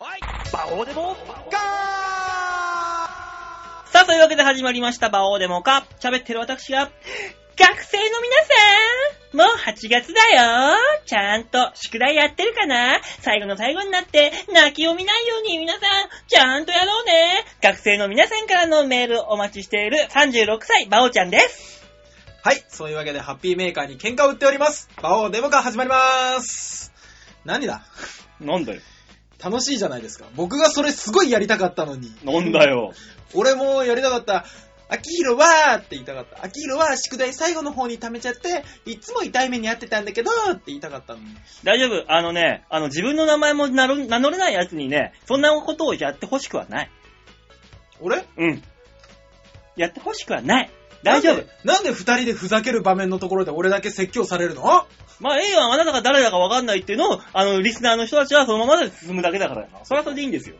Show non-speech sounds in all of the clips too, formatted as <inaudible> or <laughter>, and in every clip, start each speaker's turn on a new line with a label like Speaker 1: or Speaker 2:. Speaker 1: バオデモガ
Speaker 2: さあ、そういうわけで始まりました、バオーデモか。喋ってる私が、学生の皆さんもう8月だよちゃんと宿題やってるかな最後の最後になって泣きを見ないように皆さん、ちゃんとやろうね学生の皆さんからのメールお待ちしている36歳、バオちゃんです
Speaker 3: はい、そういうわけでハッピーメーカーに喧嘩を売っております。バオーデモが始まります。何だ
Speaker 1: なんだよ。
Speaker 3: 楽しいじゃないですか。僕がそれすごいやりたかったのに。
Speaker 1: なんだよ。
Speaker 3: 俺もやりたかった。秋広はーって言いたかった。秋広は宿題最後の方に溜めちゃって、いつも痛い目に遭ってたんだけどーって言いたかったのに。
Speaker 2: 大丈夫。あのね、あの自分の名前も名乗名乗れないやつにね、そんなことをやってほしくはない。
Speaker 3: 俺
Speaker 2: うん。やってほしくはない。大丈
Speaker 3: な
Speaker 2: 夫
Speaker 3: んで。なんで二人でふざける場面のところで俺だけ説教されるの
Speaker 2: まあ、ええよ、あなたが誰だか分かんないっていうのを、あの、リスナーの人たちはそのままで進むだけだからな。それはそれでいいんですよ。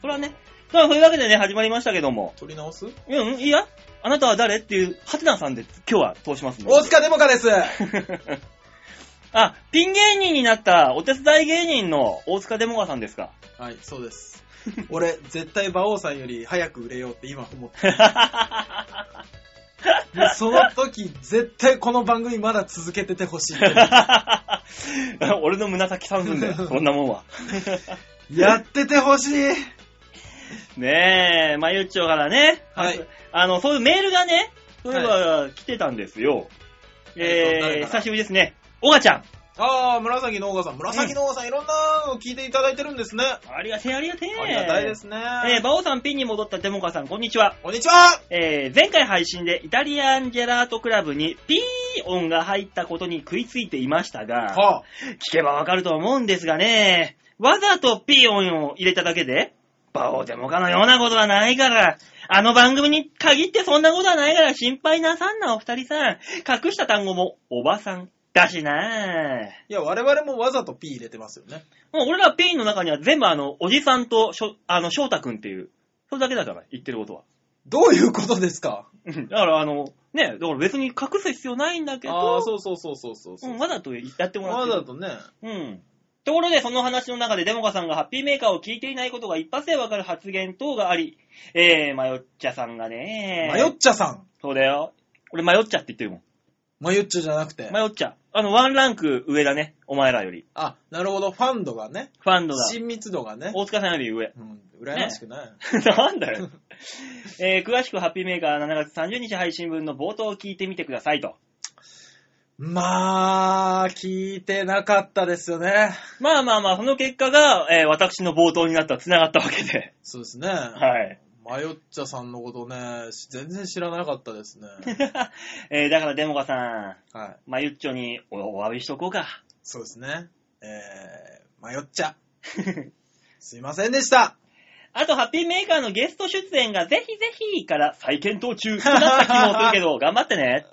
Speaker 2: それはね。さあ、そういうわけでね、始まりましたけども。
Speaker 3: 取り直す
Speaker 2: うん、いいや。あなたは誰っていう、ハテナさんで今日は通しますので
Speaker 3: 大塚デモカです。
Speaker 2: <laughs> あ、ピン芸人になったお手伝い芸人の大塚デモガさんですか。 <laughs>
Speaker 3: はい、そう <laughs> です。俺、絶対馬王さんより早く売れようって今思 <laughs> ってる。もうその時、絶対この番組まだ続けててほしいって
Speaker 2: 俺の胸先三寸だよ、そんなもんは。
Speaker 3: やっててほしい。
Speaker 2: ねえ、まゆっちょからね、
Speaker 3: はい。
Speaker 2: あの、そういうメールがね、そういえば、来てたんですよ。
Speaker 3: えっと誰
Speaker 2: えー、
Speaker 3: から
Speaker 2: 久しぶりですね。おがちゃん。
Speaker 3: あー、紫農家さん。紫農家さん、いろんなのを聞いていただいてるんですね。
Speaker 2: ありがてえ、ありがてえ。
Speaker 3: ありがたいですね。
Speaker 2: えー、バオさんピンに戻ったデモカさん、こんにちは。
Speaker 3: こんにちは
Speaker 2: えー、前回配信でイタリアンジェラートクラブにピー音が入ったことに食いついていましたが、
Speaker 3: はあ、
Speaker 2: 聞けばわかると思うんですがね、わざとピー音を入れただけで、バオデモカのようなことはないから、あの番組に限ってそんなことはないから心配なさんなお二人さん、隠した単語もおばさんだしなぁ。
Speaker 3: いや、我々もわざと P 入れてますよね。
Speaker 2: もう俺らペインの中には全部あの、おじさんとしょ、あの、翔太くんっていう、それだけだから、言ってることは。
Speaker 3: どういうことですか
Speaker 2: うんだからあの、ね、だから別に隠す必要ないんだけど、
Speaker 3: あー、そうそうそうそうそうそうう。
Speaker 2: ん、わざとやってもらっ
Speaker 3: わ
Speaker 2: てる
Speaker 3: ざとね。
Speaker 2: うん。ところで、その話の中でデモカさんがハッピーメーカーを聞いていないことが一発でわかる発言等があり、えー、マヨッチャさんがね、
Speaker 3: 迷っちゃさん。
Speaker 2: そうだよ。俺マヨッチャって言ってるも
Speaker 3: 迷っちゃじゃなくて
Speaker 2: ん。。マヨッチャ。あの、ワンランク上だね。お前らより。
Speaker 3: あ、なるほど。ファンドがね。
Speaker 2: ファンドだ。
Speaker 3: 親密度がね。
Speaker 2: 大塚さんより上。 <laughs>
Speaker 3: うん、羨ましくない。
Speaker 2: なんだよ。えー詳しくハッピーメーカー7月30日配信分の冒頭を聞いてみてくださいと。
Speaker 3: まあ、聞いてなかったですよね。
Speaker 2: まあまあまあ、その結果が、えー私の冒頭になった、繋がったわけで。
Speaker 3: そうですね。
Speaker 2: はい。
Speaker 3: マヨッチャさんのことね、し全然知らなかったですね。
Speaker 2: えーだからデモカさ
Speaker 3: <laughs> はい。
Speaker 2: ん、まゆっちょにおお詫びしとこうか。
Speaker 3: そうですね。えー、マヨッチャ。すいませんでした。
Speaker 2: あと、ハッピーメーカーのゲスト出演がぜひぜひから再検討
Speaker 3: <laughs>
Speaker 2: 中となった気もするけど、頑張ってね。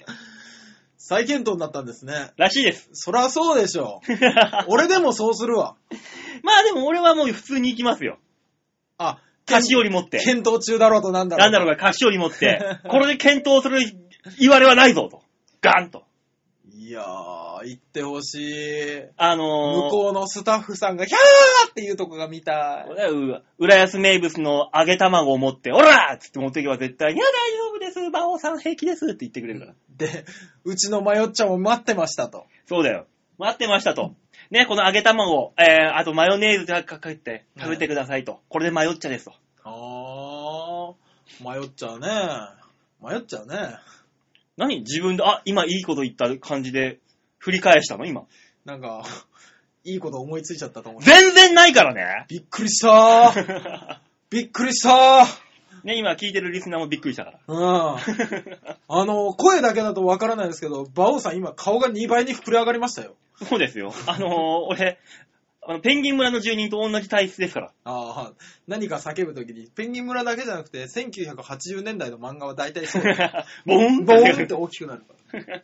Speaker 3: 再検討になったんですね。
Speaker 2: らしい
Speaker 3: <laughs>
Speaker 2: です。
Speaker 3: そらそうでしょ <laughs> う。
Speaker 2: ま
Speaker 3: 俺でもそうするわ。
Speaker 2: あでも俺はもう普通に行きますよ。
Speaker 3: あ、
Speaker 2: 菓子
Speaker 3: を
Speaker 2: 折り持って。
Speaker 3: 検討中だろうとなんだろう。
Speaker 2: なんだろうが、菓子折り持
Speaker 3: <laughs>
Speaker 2: って、これで検討する言われはないぞと。ガンと。
Speaker 3: いやー、言ってほしい。
Speaker 2: あのー、
Speaker 3: 向こうのスタッフさんが、ヒャーっていうとこが見たい。
Speaker 2: う浦安名物の揚げ卵を持って、おらっつって持っていけば絶対に、いや、大丈夫です、馬王さん平気ですって言ってくれるから。
Speaker 3: で、うちの迷っちゃんも待ってましたと。
Speaker 2: そうだよ。待ってましたと。ね、この揚げ卵、えー、あとマヨネーズがかかって食べてくださいと。これで迷っちゃですと。
Speaker 3: あー、迷っちゃうね。迷っちゃうね。
Speaker 2: 何自分で、あ、今いいこと言った感じで振り返したの今。
Speaker 3: なんか、いいこと思いついちゃったと思う。
Speaker 2: 全然ないからね
Speaker 3: <laughs> びっくりしたー。びっくりしたー。
Speaker 2: ね、今聞いてるリスナーもびっくりしたから。
Speaker 3: うん。あの、声だけだとわからないですけど、バオさん今顔が2倍に膨れ上がりましたよ。
Speaker 2: そうですよ。あのー、俺、あの、ペンギン村の住人と同じ体質ですから。 <laughs>
Speaker 3: ああ、何か叫ぶときに、ペンギン村だけじゃなくて、1980年代の漫画は大体 <laughs> そう。
Speaker 2: ボーン
Speaker 3: ボーンって大きくなるから。
Speaker 2: <laughs> ね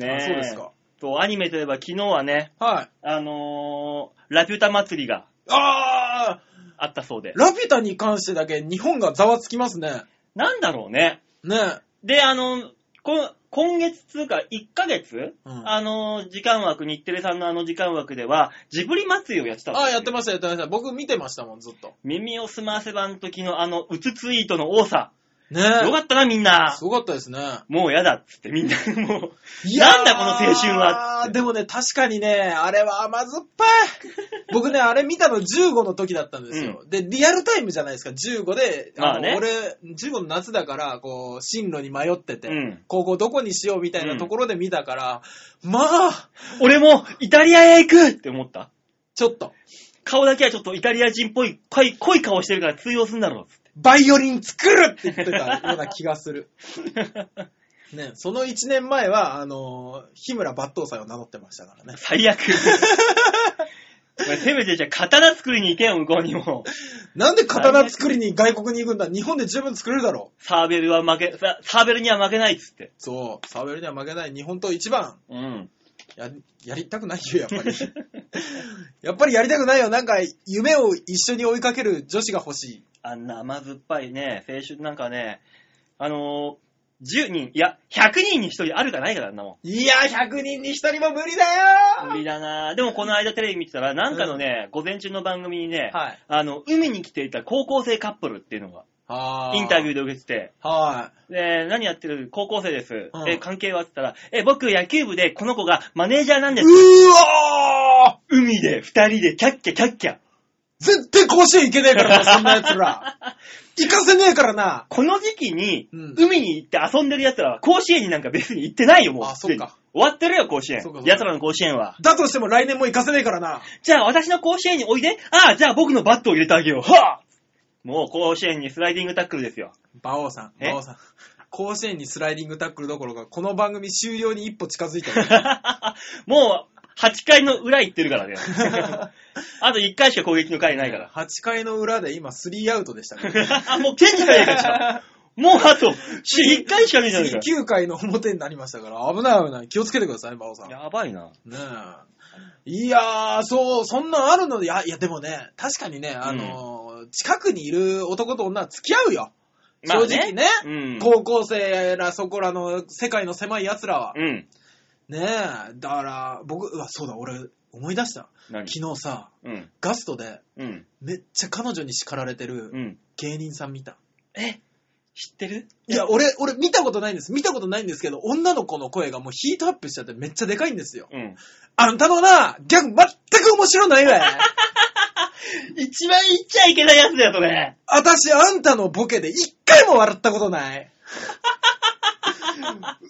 Speaker 2: え
Speaker 3: あそうですか。
Speaker 2: と、アニメといえば昨日はね、
Speaker 3: はい。
Speaker 2: あのー、ラピュタ祭りが
Speaker 3: ああ
Speaker 2: あったそうで。
Speaker 3: ラピュタに関してだけ日本がざわつきますね。
Speaker 2: なんだろうね。
Speaker 3: ね
Speaker 2: で、あの、こ今月つうか、1ヶ月、
Speaker 3: うん
Speaker 2: あのー時間枠、日テレさんのあの時間枠では、ジブリ祭りをやってたんですよ
Speaker 3: あ、やってました、やってました。僕見てましたもん、ずっと。
Speaker 2: 耳をすませばん時のあの、うつツイートの多さ。
Speaker 3: ね
Speaker 2: よかったな、みんな
Speaker 3: す。ごかったですね。
Speaker 2: もうやだっつって、みんなもう、
Speaker 3: いやー
Speaker 2: なんだこの青春はっつって
Speaker 3: でもね、確かにね、あれは甘酸っ
Speaker 2: <laughs>
Speaker 3: ぱい。僕ね、あれ見たの15の時だったんですよ。で、リアルタイムじゃないですか、15で。の
Speaker 2: まあね
Speaker 3: 俺、15の夏だから、こう、進路に迷ってて、
Speaker 2: うん
Speaker 3: 高校どこにしようみたいなところで見たから、まあ、
Speaker 2: 俺もイタリアへ行くって思った。
Speaker 3: ちょっと、
Speaker 2: 顔だけはちょっとイタリア人っぽい、濃い濃い顔してるから通用すんだろうっつって。
Speaker 3: バイオリン作るって言ってたような気がする。ね、その1年前は、あのー日村抜刀斎を名乗ってましたからね。
Speaker 2: <laughs> 最悪。お前せめてじゃあ刀作りに行けよ、向こうにも。
Speaker 3: なんで刀作りに外国に行くんだ日本で十分作れるだろう。
Speaker 2: サーベルは負け、ササーベルには負けないっつって。
Speaker 3: そう、サーベルには負けない日本と一番。
Speaker 2: うん。
Speaker 3: や、やりたくないよ、やっぱり。 <laughs> やっぱりやりたくないよ。なんか、夢を一緒に追いかける女子が欲し
Speaker 2: あんな甘酸っぱいね、青春なんかね、あのー、10人、いや、100人に1人あるかないかだな、もん。
Speaker 3: い。いや、100人に1人も無理だよ
Speaker 2: 無理だなぁでもこの間テレビ見てたら、なんかのね、午前中の番組にね、
Speaker 3: はい。
Speaker 2: あの、海に来ていた高校生カップルっていうのが、
Speaker 3: は
Speaker 2: インタビ
Speaker 3: ー。
Speaker 2: ューで受けてて、
Speaker 3: は
Speaker 2: で、何やってる高校生です。
Speaker 3: うん
Speaker 2: え、関係はって言ったら、え、僕野球部でこの子がマネージャーなん
Speaker 3: い。
Speaker 2: です。
Speaker 3: うわー
Speaker 2: 海で二人でキャッキャキャッキャ。
Speaker 3: 絶対甲子園行けねえからな、そんな奴 <laughs> ら。行かせねえからな。
Speaker 2: この時期に、
Speaker 3: うん
Speaker 2: 海に行って遊んでる奴らは甲子園になんか別に行ってないよ、もう。
Speaker 3: あそっか
Speaker 2: 終わってるよ、甲子園
Speaker 3: そっかそっ。か
Speaker 2: 奴らの甲子園は。
Speaker 3: だとしても来年も行かせねえからな。
Speaker 2: じゃあ私の甲子園においで。ああ、じゃあ僕のバットを入れてあげよう。はあもう甲子園にスライディングタックルですよ。 <laughs>
Speaker 3: 馬王さん、
Speaker 2: え
Speaker 3: 馬王さん。甲子園にスライディングタックルどころか、この番組終了に一歩近づいてる。
Speaker 2: もう、8回の裏行って
Speaker 3: <laughs>
Speaker 2: るからね。あと1回しか攻撃の回ない <laughs> か
Speaker 3: 8回の裏で今3アウトでしたからね。
Speaker 2: ら。あ、もう剣じゃないかじゃんもうあと、1回しかねえじゃないか。
Speaker 3: 9回の表になりましたから、危ない危ない。気をつけてください、馬王さん。ね
Speaker 2: やばいな。
Speaker 3: え。いやー、そう、そんなんあるので、いや、いやでもね、確かにね、あのー近くにいる男と女は付き合うよ。
Speaker 2: まあ
Speaker 3: 正直ね
Speaker 2: うん。
Speaker 3: 高校生らそこらの世界の狭い奴らは。
Speaker 2: うん。
Speaker 3: ねえ、だから、僕、うわ、そうだ、俺、思い出した。
Speaker 2: 何
Speaker 3: 昨日さ、
Speaker 2: うん。
Speaker 3: ガストで、
Speaker 2: うん。
Speaker 3: めっちゃ彼女に叱られて
Speaker 2: う
Speaker 3: る
Speaker 2: ん。
Speaker 3: 芸人さん見た。
Speaker 2: え知ってる
Speaker 3: いや、俺、俺見たことないんです。見たことないんですけど、女の子の声がもうヒートアップしちゃってめっちゃでかいんですよ。
Speaker 2: うん。
Speaker 3: あんたのな、ギャグ全く面白ない <laughs> わい。
Speaker 2: 一番言っちゃいけないやつだよ、それ。
Speaker 3: 私、あんたのボケで一回も笑ったことない。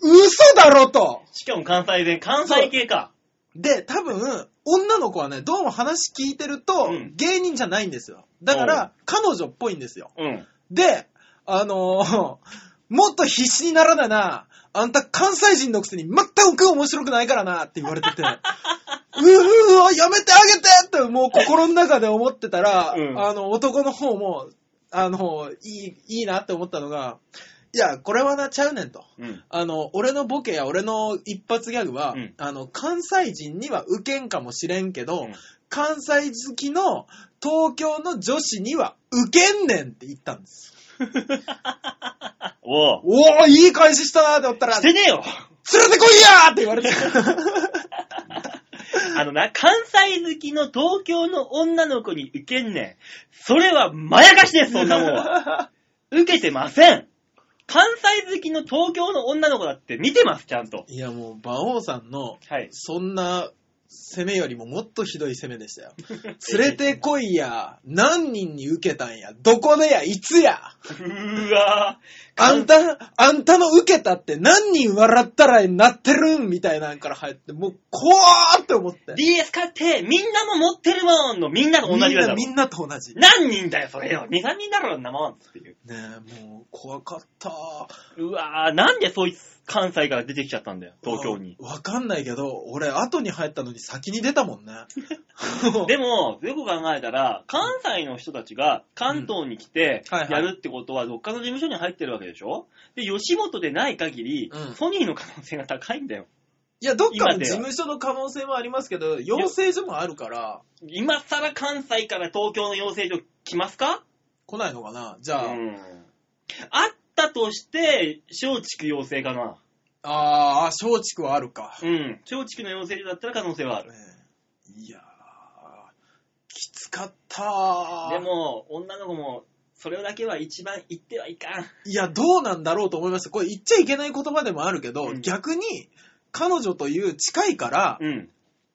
Speaker 3: 嘘だろと。
Speaker 2: しかも関西弁、関西系か。
Speaker 3: で、多分、女の子はね、どうも話聞いてると、
Speaker 2: うん
Speaker 3: 芸人じゃないんですよ。だから、彼女っぽいんですよ。
Speaker 2: うん。
Speaker 3: で、あのー <laughs> もっと必死にならなな、あんた関西人のくせに全く面白くないからなって言われて
Speaker 2: <laughs>
Speaker 3: て、うーうわ、やめてあげてってもう心の中で思ってたら、
Speaker 2: うん
Speaker 3: あの、男の方も、あの、いい、いいなって思ったのが、いや、これはな、ちゃうねんと。
Speaker 2: うん。
Speaker 3: あの、俺のボケや俺の一発ギャグは、
Speaker 2: うん
Speaker 3: あの、関西人には受けんかもしれんけど、
Speaker 2: うん
Speaker 3: 関西好きの東京の女子には受けんねんって言ったんです。
Speaker 2: おう。
Speaker 3: おー、いい返ししたなって思ったら、
Speaker 2: し
Speaker 3: 連れ
Speaker 2: てねえよ
Speaker 3: てこいやーって言われて。
Speaker 2: あのな、関西好きの東京の女の子に受けんねん。それはまやかしです、そんなもん <laughs> は。受けてません。関西好きの東京の女の子だって見てます、ちゃんと。
Speaker 3: <laughs> いや、もう、馬王さんの、
Speaker 2: はい。
Speaker 3: そんな、攻めよりももっとひどい攻めでしたよ。連れてこいや、何人に受けたんや、どこでや、いつや。
Speaker 2: うーわー
Speaker 3: あんた、あんたの受けたって何人笑ったらなってるんみたいなんから入って、もう、怖ーって思って。
Speaker 2: DS 買って、みんなも持ってるもんのみんなと同じぐらいだろ
Speaker 3: み。んなみんなと同じ。ね
Speaker 2: 何人だよ、それよ。2、3人だろ、生もんっていう。
Speaker 3: え、もう、怖かった。
Speaker 2: うわーなんでそいつ関西から出てきちゃったんだよ、東京に。
Speaker 3: わわかんないけど、俺、後に入ったのに先に出たもんね。
Speaker 2: でも、よく考えたら、関西の人たちが関東に来て
Speaker 3: うんはいは
Speaker 2: や
Speaker 3: い
Speaker 2: るってことは、どっかの事務所に入ってるわけでしょで、吉本でない限り
Speaker 3: うん、
Speaker 2: ソニーの可能性が高いんだよ。
Speaker 3: いや、どっか
Speaker 2: 今
Speaker 3: の
Speaker 2: では
Speaker 3: 事務所の可能性もありますけど、養成所もあるから、
Speaker 2: 今更関西から東京の養成所来ますか
Speaker 3: 来ないのかなじ
Speaker 2: う
Speaker 3: ゃあ、
Speaker 2: ん。あったとして、松竹養成かな。
Speaker 3: ああ、松竹はあるか。
Speaker 1: うん。松竹の養成所だったら可能性はある。
Speaker 3: えーいやー、きつかったー
Speaker 2: でも、女の子も、それだけは一番言ってはいかん。
Speaker 3: いや、どうなんだろうと思います。これ言っちゃいけない言葉でもあるけど、
Speaker 1: うん
Speaker 3: 逆に、彼女という近いから、
Speaker 1: うん。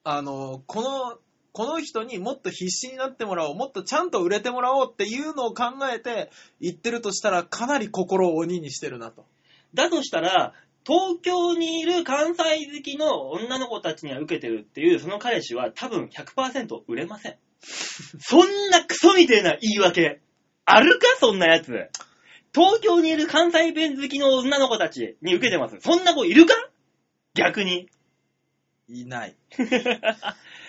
Speaker 3: あの、この、この人にもっと必死になってもらおう、もっとちゃんと売れてもらおうっていうのを考えて言ってるとしたら、かなり心を鬼にしてるなと。
Speaker 2: だとしたら、東京にいる関西好きの女の子たちには受けてるっていう、その彼氏は多分100%売れません。そんなクソみてえな言い訳。あるかそんなやつ。東京にいる関西弁好きの女の子たちに受けてます。そんな子いるか逆に。
Speaker 3: い
Speaker 2: <laughs>
Speaker 3: ない。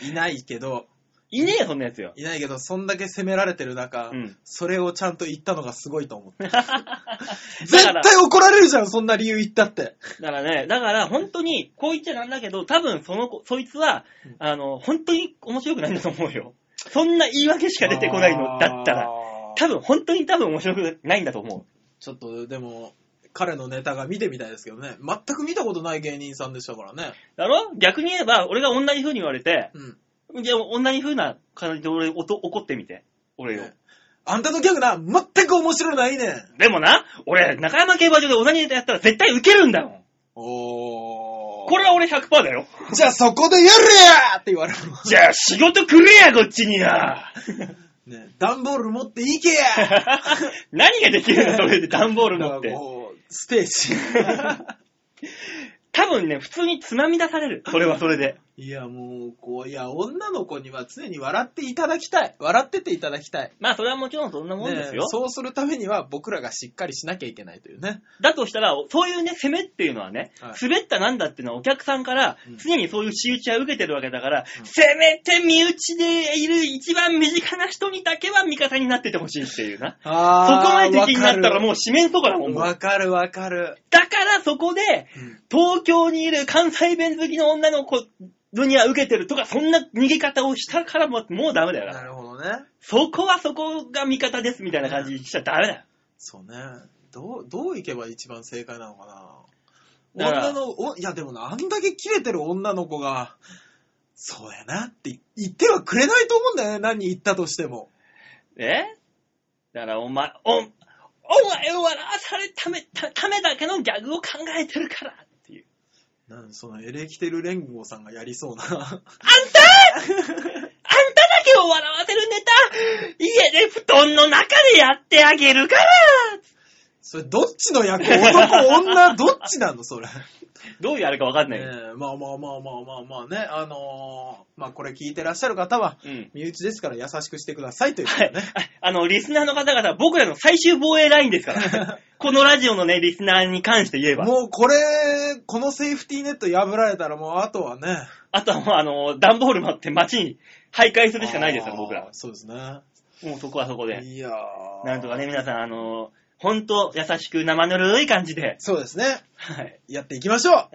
Speaker 3: いないけど、
Speaker 2: いねえよ、そんなやつよ。
Speaker 3: いないけど、そんだけ責められてる中、
Speaker 1: うん
Speaker 3: それをちゃんと言ったのがすごいと思って。
Speaker 2: <laughs> だ
Speaker 3: 絶
Speaker 2: から
Speaker 3: 対怒られるじゃん、そんな理由言ったって。
Speaker 2: だからね、だから本当に、こう言っちゃなんだけど、多分その子、そいつは
Speaker 3: うん、
Speaker 2: あの、本当に面白くないんだと思うよ。そんな言い訳しか出てこないのだった
Speaker 3: あ
Speaker 2: ら、
Speaker 3: ー
Speaker 2: 多分本当に多分面白くないんだと思
Speaker 3: ちょっとでも、彼のネタが見てみたいですけどね。全く見たことない芸人さんでしたからね。
Speaker 2: う。だろ逆に言えば、俺が同じ風に言われて、
Speaker 3: うん。
Speaker 2: じゃあ同じ風な感じで俺おと怒ってみて。俺を。
Speaker 3: ねあんたのギャグな、全く面白ないねん。
Speaker 2: でもな、俺、中山競馬場で同じネタやったら絶対ウケるんだよ。
Speaker 3: おー。
Speaker 2: これは俺100%だよ。
Speaker 3: じゃあそこでやれやって言われるの。
Speaker 2: じゃあ仕事くれや、こっちに <laughs> な。
Speaker 3: ね、段ボール持っていけや
Speaker 2: 何ができるのそれで <laughs> 段ボール持っ
Speaker 3: だから
Speaker 2: て。
Speaker 3: もうステー
Speaker 2: <laughs>
Speaker 3: ジ。
Speaker 2: 多分ね、普通につまみ出される。それはそれで。
Speaker 3: いや、もう、こう、いや、女の子には常に笑っていただきたい。笑ってていただきたい。
Speaker 2: まあ、それはもちろんそんなもんですよ
Speaker 3: ね。そうするためには僕らがしっかりしなきゃいけないというね。
Speaker 2: だとしたら、そういうね、攻めっていうのはね、
Speaker 3: はい
Speaker 2: 滑ったなんだっていうのはお客さんから
Speaker 3: うん
Speaker 2: 常にそういう仕打ちは受けてるわけだから、せめて身内でいる一番身近な人にだけは味方になっててほしいっていうな。そ
Speaker 3: あ
Speaker 2: こまで敵になったらもう四面楚歌だもん、もう
Speaker 3: わかるわかる。
Speaker 2: だからそこで、東京にいる関西弁好きの女の子には受けてるとか、そんな逃げ方をしたからもうもうダメだよな
Speaker 3: な。るほどね。
Speaker 2: そこはそこが味方ですみたいな感じにしちゃダメだよ。
Speaker 3: そうね。どう、どういけば一番正解なのかな
Speaker 2: だから
Speaker 3: 女の、おいやでもな、あんだけキレてる女の子が、そうやなって言ってはくれないと思うんだよね、何言ったとしても。
Speaker 2: えだからお前、お、お前を笑わされるため、たためだけのギャグを考えてるからっていう。
Speaker 3: なんそのエレキテル連合さんがやりそうな。
Speaker 2: あんたあんただけを笑わせるネタ家で布団の中でやってあげるから
Speaker 3: それどっちの役男、女、どっちなのそれ。
Speaker 2: どういうあれかわかんないけど、
Speaker 3: ねえまあまあまあまあまあまあね、あのーまあこれ聞いてらっしゃる方は、
Speaker 1: うん。
Speaker 3: 身内ですから優しくしてくださいということ
Speaker 2: は
Speaker 3: で
Speaker 2: い
Speaker 3: ね。。
Speaker 2: ああの、リスナーの方々、僕らの最終防衛ラインで
Speaker 3: <laughs>
Speaker 2: すから。このラジオのね、リスナーに関して言えば。
Speaker 3: もうこれ、このセーフティーネット破られたらもうあとはね。
Speaker 2: あとはもう、あの、段ボール持って街に徘徊するしかないですから、
Speaker 3: あー
Speaker 2: 僕ら。
Speaker 3: そうですね。
Speaker 2: もうそこはそこで。
Speaker 3: いやー
Speaker 2: なんとかね、皆さん、あの、ほんと優しく生ぬるい感じで。
Speaker 3: そうですね。
Speaker 2: はい。
Speaker 3: やっていきましょ
Speaker 2: <laughs>
Speaker 3: う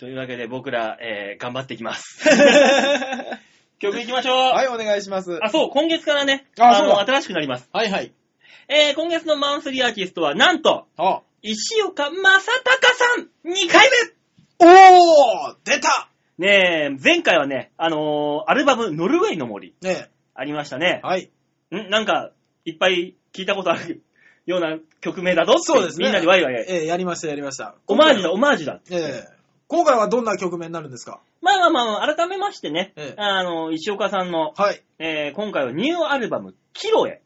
Speaker 2: というわけで僕ら、えー、頑張っていきます。 <laughs> 曲いきましょう。
Speaker 3: はい、お願いします。
Speaker 2: あ、そう、今月からね、
Speaker 3: あ
Speaker 2: あ
Speaker 3: そう
Speaker 2: の、
Speaker 3: だ
Speaker 2: 新しくなります。
Speaker 3: はいはい。
Speaker 2: えー、今月のマンスリーアーティストは、なんと、
Speaker 3: あ
Speaker 2: 石岡正隆さん !2 回
Speaker 3: おー出た
Speaker 2: 目ねえ、前回はね、あのーアルバム、ノルウェイの森、
Speaker 3: ね
Speaker 2: ありました
Speaker 3: え
Speaker 2: ね。
Speaker 3: はい。
Speaker 2: んなんか、いっぱい聞いたことあるような曲名だぞって
Speaker 3: そうですね。
Speaker 2: みんなでワイワイ。
Speaker 3: ええやりました、やりました。
Speaker 2: オマージュだ、オマージュだ。
Speaker 3: ええ今回はどんな曲名になるんですか
Speaker 2: まあまあまあまあ、改めましてね、
Speaker 3: ええ
Speaker 2: あの、石岡さんの、
Speaker 3: はい。
Speaker 2: えー今回はニューアルバム、キロへ。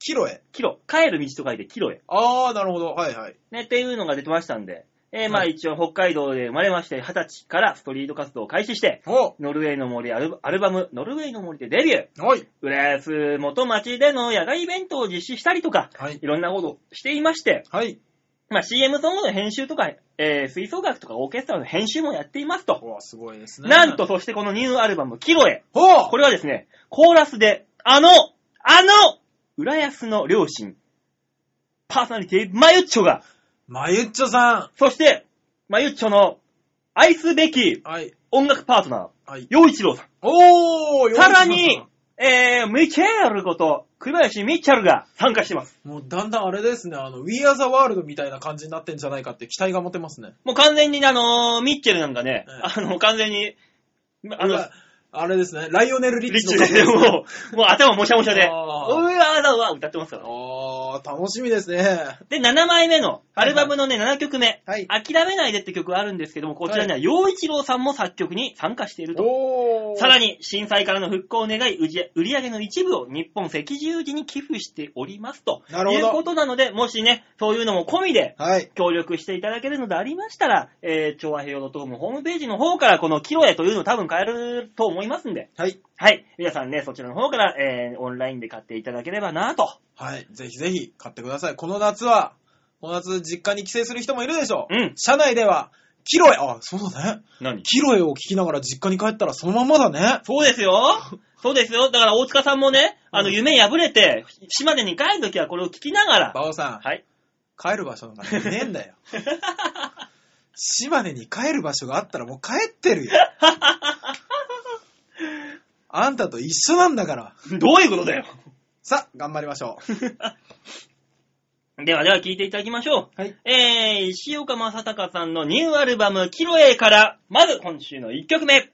Speaker 3: キロへ。
Speaker 2: キロ。帰る道と書いてキロへ。
Speaker 3: あー、なるほど。はいはい。
Speaker 2: ね、っていうのが出てましたんで。えーまあ
Speaker 3: はい
Speaker 2: 一応北海道で生まれまして、20歳からストリート活動を開始して、
Speaker 3: お
Speaker 2: ノルウェーの森アルアルバム、ノルウェーの森でデビュー。
Speaker 3: はい。
Speaker 2: 浦安元町での野外イベントを実施したりとか、
Speaker 3: はい。
Speaker 2: いろんなことをしていまして、
Speaker 3: はい。
Speaker 2: まあ CM ソングの編集とか、えー吹奏楽とかオーケストラの編集もやっていますと。
Speaker 3: おー、すごいですね。
Speaker 2: なんと、そしてこのニューアルバム、キロへ。
Speaker 3: ほう
Speaker 2: これはですね、コーラスで、あの、あの、浦安の両親、パーソナリティ、マユッチョが、
Speaker 3: まゆっちょさ
Speaker 2: そして、マユッチョの愛すべき
Speaker 3: ん。はい。
Speaker 2: 音楽パートナー、
Speaker 3: はい。
Speaker 2: 洋一郎さん。
Speaker 3: おー、
Speaker 2: さらに、えー、ミチェルこと、栗林ミッチェルが参加してます。
Speaker 3: もうだんだんあれですね、あの、We Are the World みたいな感じになってんじゃないかって期待が持てますね。
Speaker 2: もう完全にねあのーミッチェルなんかね、
Speaker 3: え
Speaker 2: あの、完全に、あの、
Speaker 3: あれですね、ライオネル・リッ
Speaker 2: リッ
Speaker 3: チ
Speaker 2: チ
Speaker 3: の
Speaker 2: で、 <laughs> もう、
Speaker 3: <laughs>
Speaker 2: もう頭もしゃもしゃで、う
Speaker 3: あー
Speaker 2: わーだわー歌ってますから。
Speaker 3: あー、楽しみですね。
Speaker 2: で、7枚目の、アルバムのね、7曲目、
Speaker 3: はい
Speaker 2: 諦めないでって曲があるんですけども、こちらには、陽一郎さんも作曲に参加していると。
Speaker 3: おー。
Speaker 2: さら
Speaker 3: に。
Speaker 2: に、震災からの復興を願い、売り売り上げの一部を日本赤十字に寄付しておりますと。
Speaker 3: なるほど
Speaker 2: いうことなので、もしね、そういうのも込みで、
Speaker 3: はい。
Speaker 2: 協力していただけるのでありましたら、えー、調和平洋 .com ホームページの方から、このキロエというのを多分買えると思いますんで、
Speaker 3: はい。
Speaker 2: はい。皆さんね、そちらの方から、えー、オンラインで買っていただければなと。
Speaker 3: はい。ぜひぜひ買ってください。この夏は、この夏実家に帰省する人もいるでしょう。
Speaker 2: うん。
Speaker 3: 車内では、キロエ、あ、そうだね。
Speaker 2: 何
Speaker 3: キロエを聞きながら実家に帰ったらそのまんまだね。
Speaker 2: そうですよ。
Speaker 3: <laughs>
Speaker 2: そうですよ。だから大塚さんもね、あの、
Speaker 3: うん
Speaker 2: 夢破れて、島根に帰るときはこれを聞きながら、
Speaker 3: バオさん、
Speaker 2: はい。
Speaker 3: 帰る場所なんかねえんだよ。島根に帰る場所があったらもう帰ってるよ。あんたと一緒なんだから。
Speaker 2: どういうことだよ。
Speaker 3: さ、頑張りましょう。
Speaker 2: ではでは聞いていただきましょう。
Speaker 3: はい
Speaker 2: えー、石岡正隆さんのニューアルバム、キロエから、まず今週の1曲目。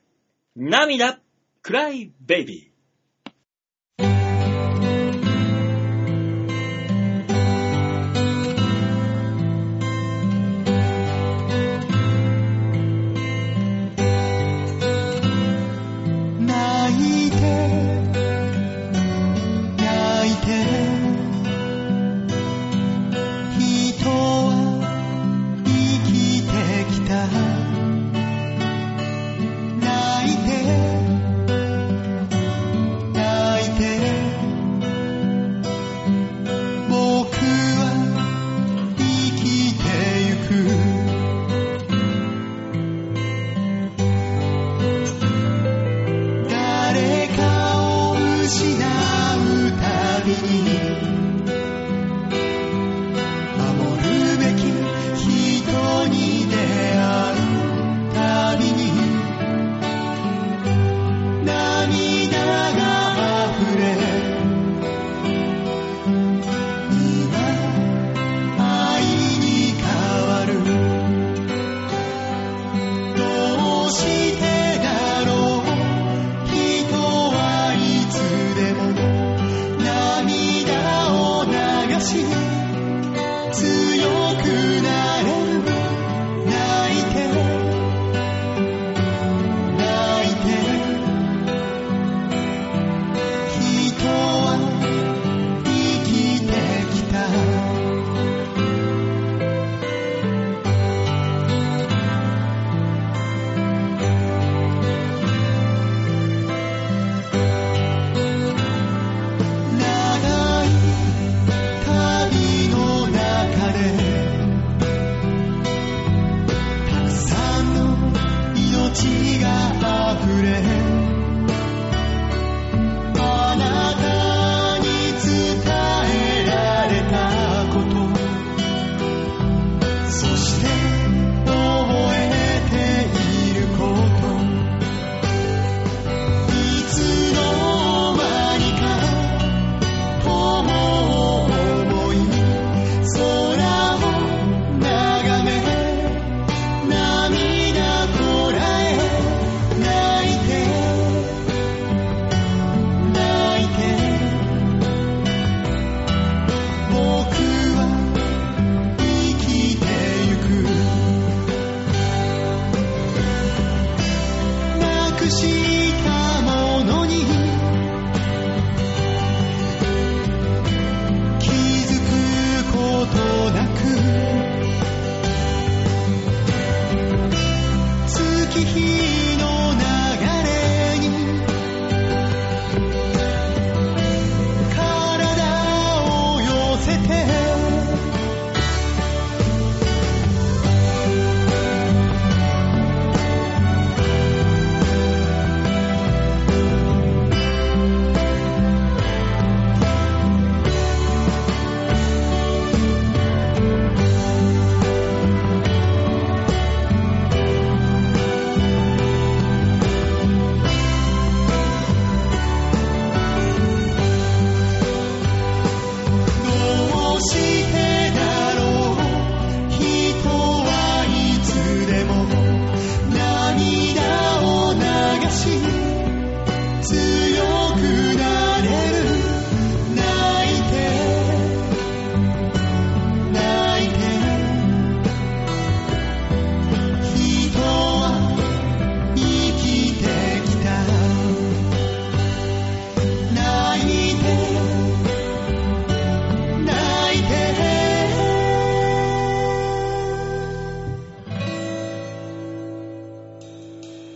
Speaker 2: 涙、クライベイビー。
Speaker 4: 泣いて泣いて人は生きてきた泣いて泣いて僕は生きてゆく誰かを失うたびに守るべき人に出会うたびに涙が溢れ今愛に変わるどうしてだろう人はいつでも涙を流し強くなれる泣いて泣いて人は生きてきた長い旅の中でたくさんの命があふれあなたに伝えられたことそして覚えていることいつの間にか思い「空を眺め」「涙こらえ」「泣いて泣いて」「僕は生きてゆく」「なくしたものに」気づくことなく月日の流れに体を寄せて「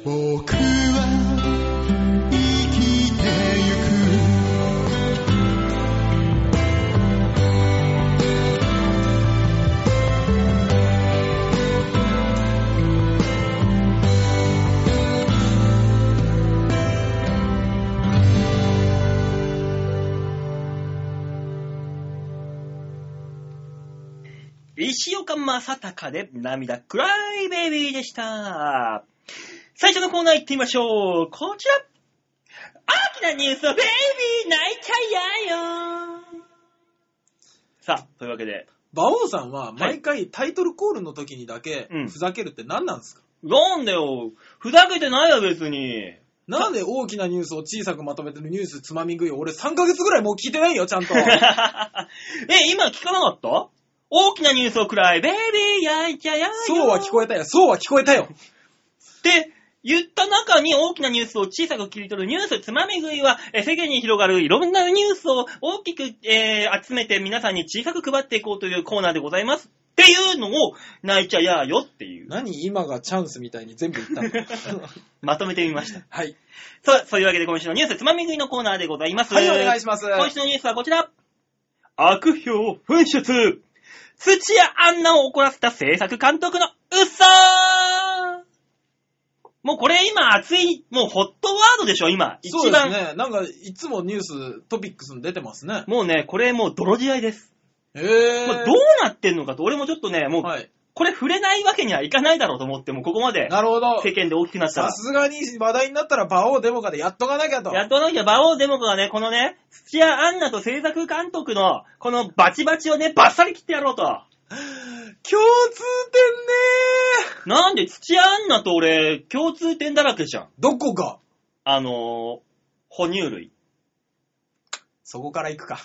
Speaker 4: 僕は生きてゆく
Speaker 2: 石岡正隆で涙くらいベイビーでした。最初のコーナー行ってみましょう。こちら。大きなニュースをベイビー泣いちゃいやよさあ、というわけで、
Speaker 3: 馬王さんは毎回タイトルコールの時にだけ
Speaker 2: うん
Speaker 3: ふざけるって何なんですか、
Speaker 2: なんだよ。ふざけてないわ、
Speaker 3: <laughs>
Speaker 2: 別に。
Speaker 3: なんで大きなニュースを小さくまとめてるニュースつまみ食いを俺3ヶ月ぐらいもう聞いて <laughs> ないよ、ちゃんと。
Speaker 2: え、今聞かなかった大きなニュースをくらい、ベイビー焼いちゃやよ
Speaker 3: そうは聞こえたよ、そうは聞こえたよ。
Speaker 2: って言った中に大きなニュースを小さく切り取るニュースつまみ食いは、えー世間に広がるいろんなニュースを大きく、えー集めて皆さんに小さく配っていこうというコーナーでございます。っていうのを泣いちゃやーよっていう、
Speaker 3: 何今がチャンスみたいに全部言ったの
Speaker 2: まとめてみました。
Speaker 3: <laughs> はい。
Speaker 2: そう、そういうわけで今週のニュースつまみ食いのコーナーでございま
Speaker 3: <laughs>
Speaker 2: す。
Speaker 3: はい、お願いします。
Speaker 2: 今週のニュースはこちら。悪評噴出。土屋アンナを怒らせた制作監督の嘘もうこれ今熱い、もうホットワードでしょ、今。一
Speaker 3: そうで
Speaker 2: 番。
Speaker 3: すね。なんか、いつもニュース、トピックスに出てますね。
Speaker 2: もうね、これもう泥仕合です。
Speaker 3: へ
Speaker 2: こ
Speaker 3: ぇ
Speaker 2: れどうなってんのかと、俺もちょっとね、もう
Speaker 3: はい。
Speaker 2: これ触れないわけにはいかないだろうと思って、もうここまで
Speaker 3: なるほど。
Speaker 2: 世間で大きくなった
Speaker 3: さ
Speaker 2: ら。
Speaker 3: すがに話題になったら、馬王デモカでやっとかなきゃと。
Speaker 2: やっとなきゃ、馬王デモカがね、このね、土屋アンナと制作監督の、このバチバチをね、バッサリ切ってやろうと。
Speaker 3: 共通点ね
Speaker 2: なんで土屋アンナと俺、共通点だらけじゃん。
Speaker 3: どこが
Speaker 2: あのー、哺乳
Speaker 3: <laughs>
Speaker 2: 類。
Speaker 3: そこから行くか。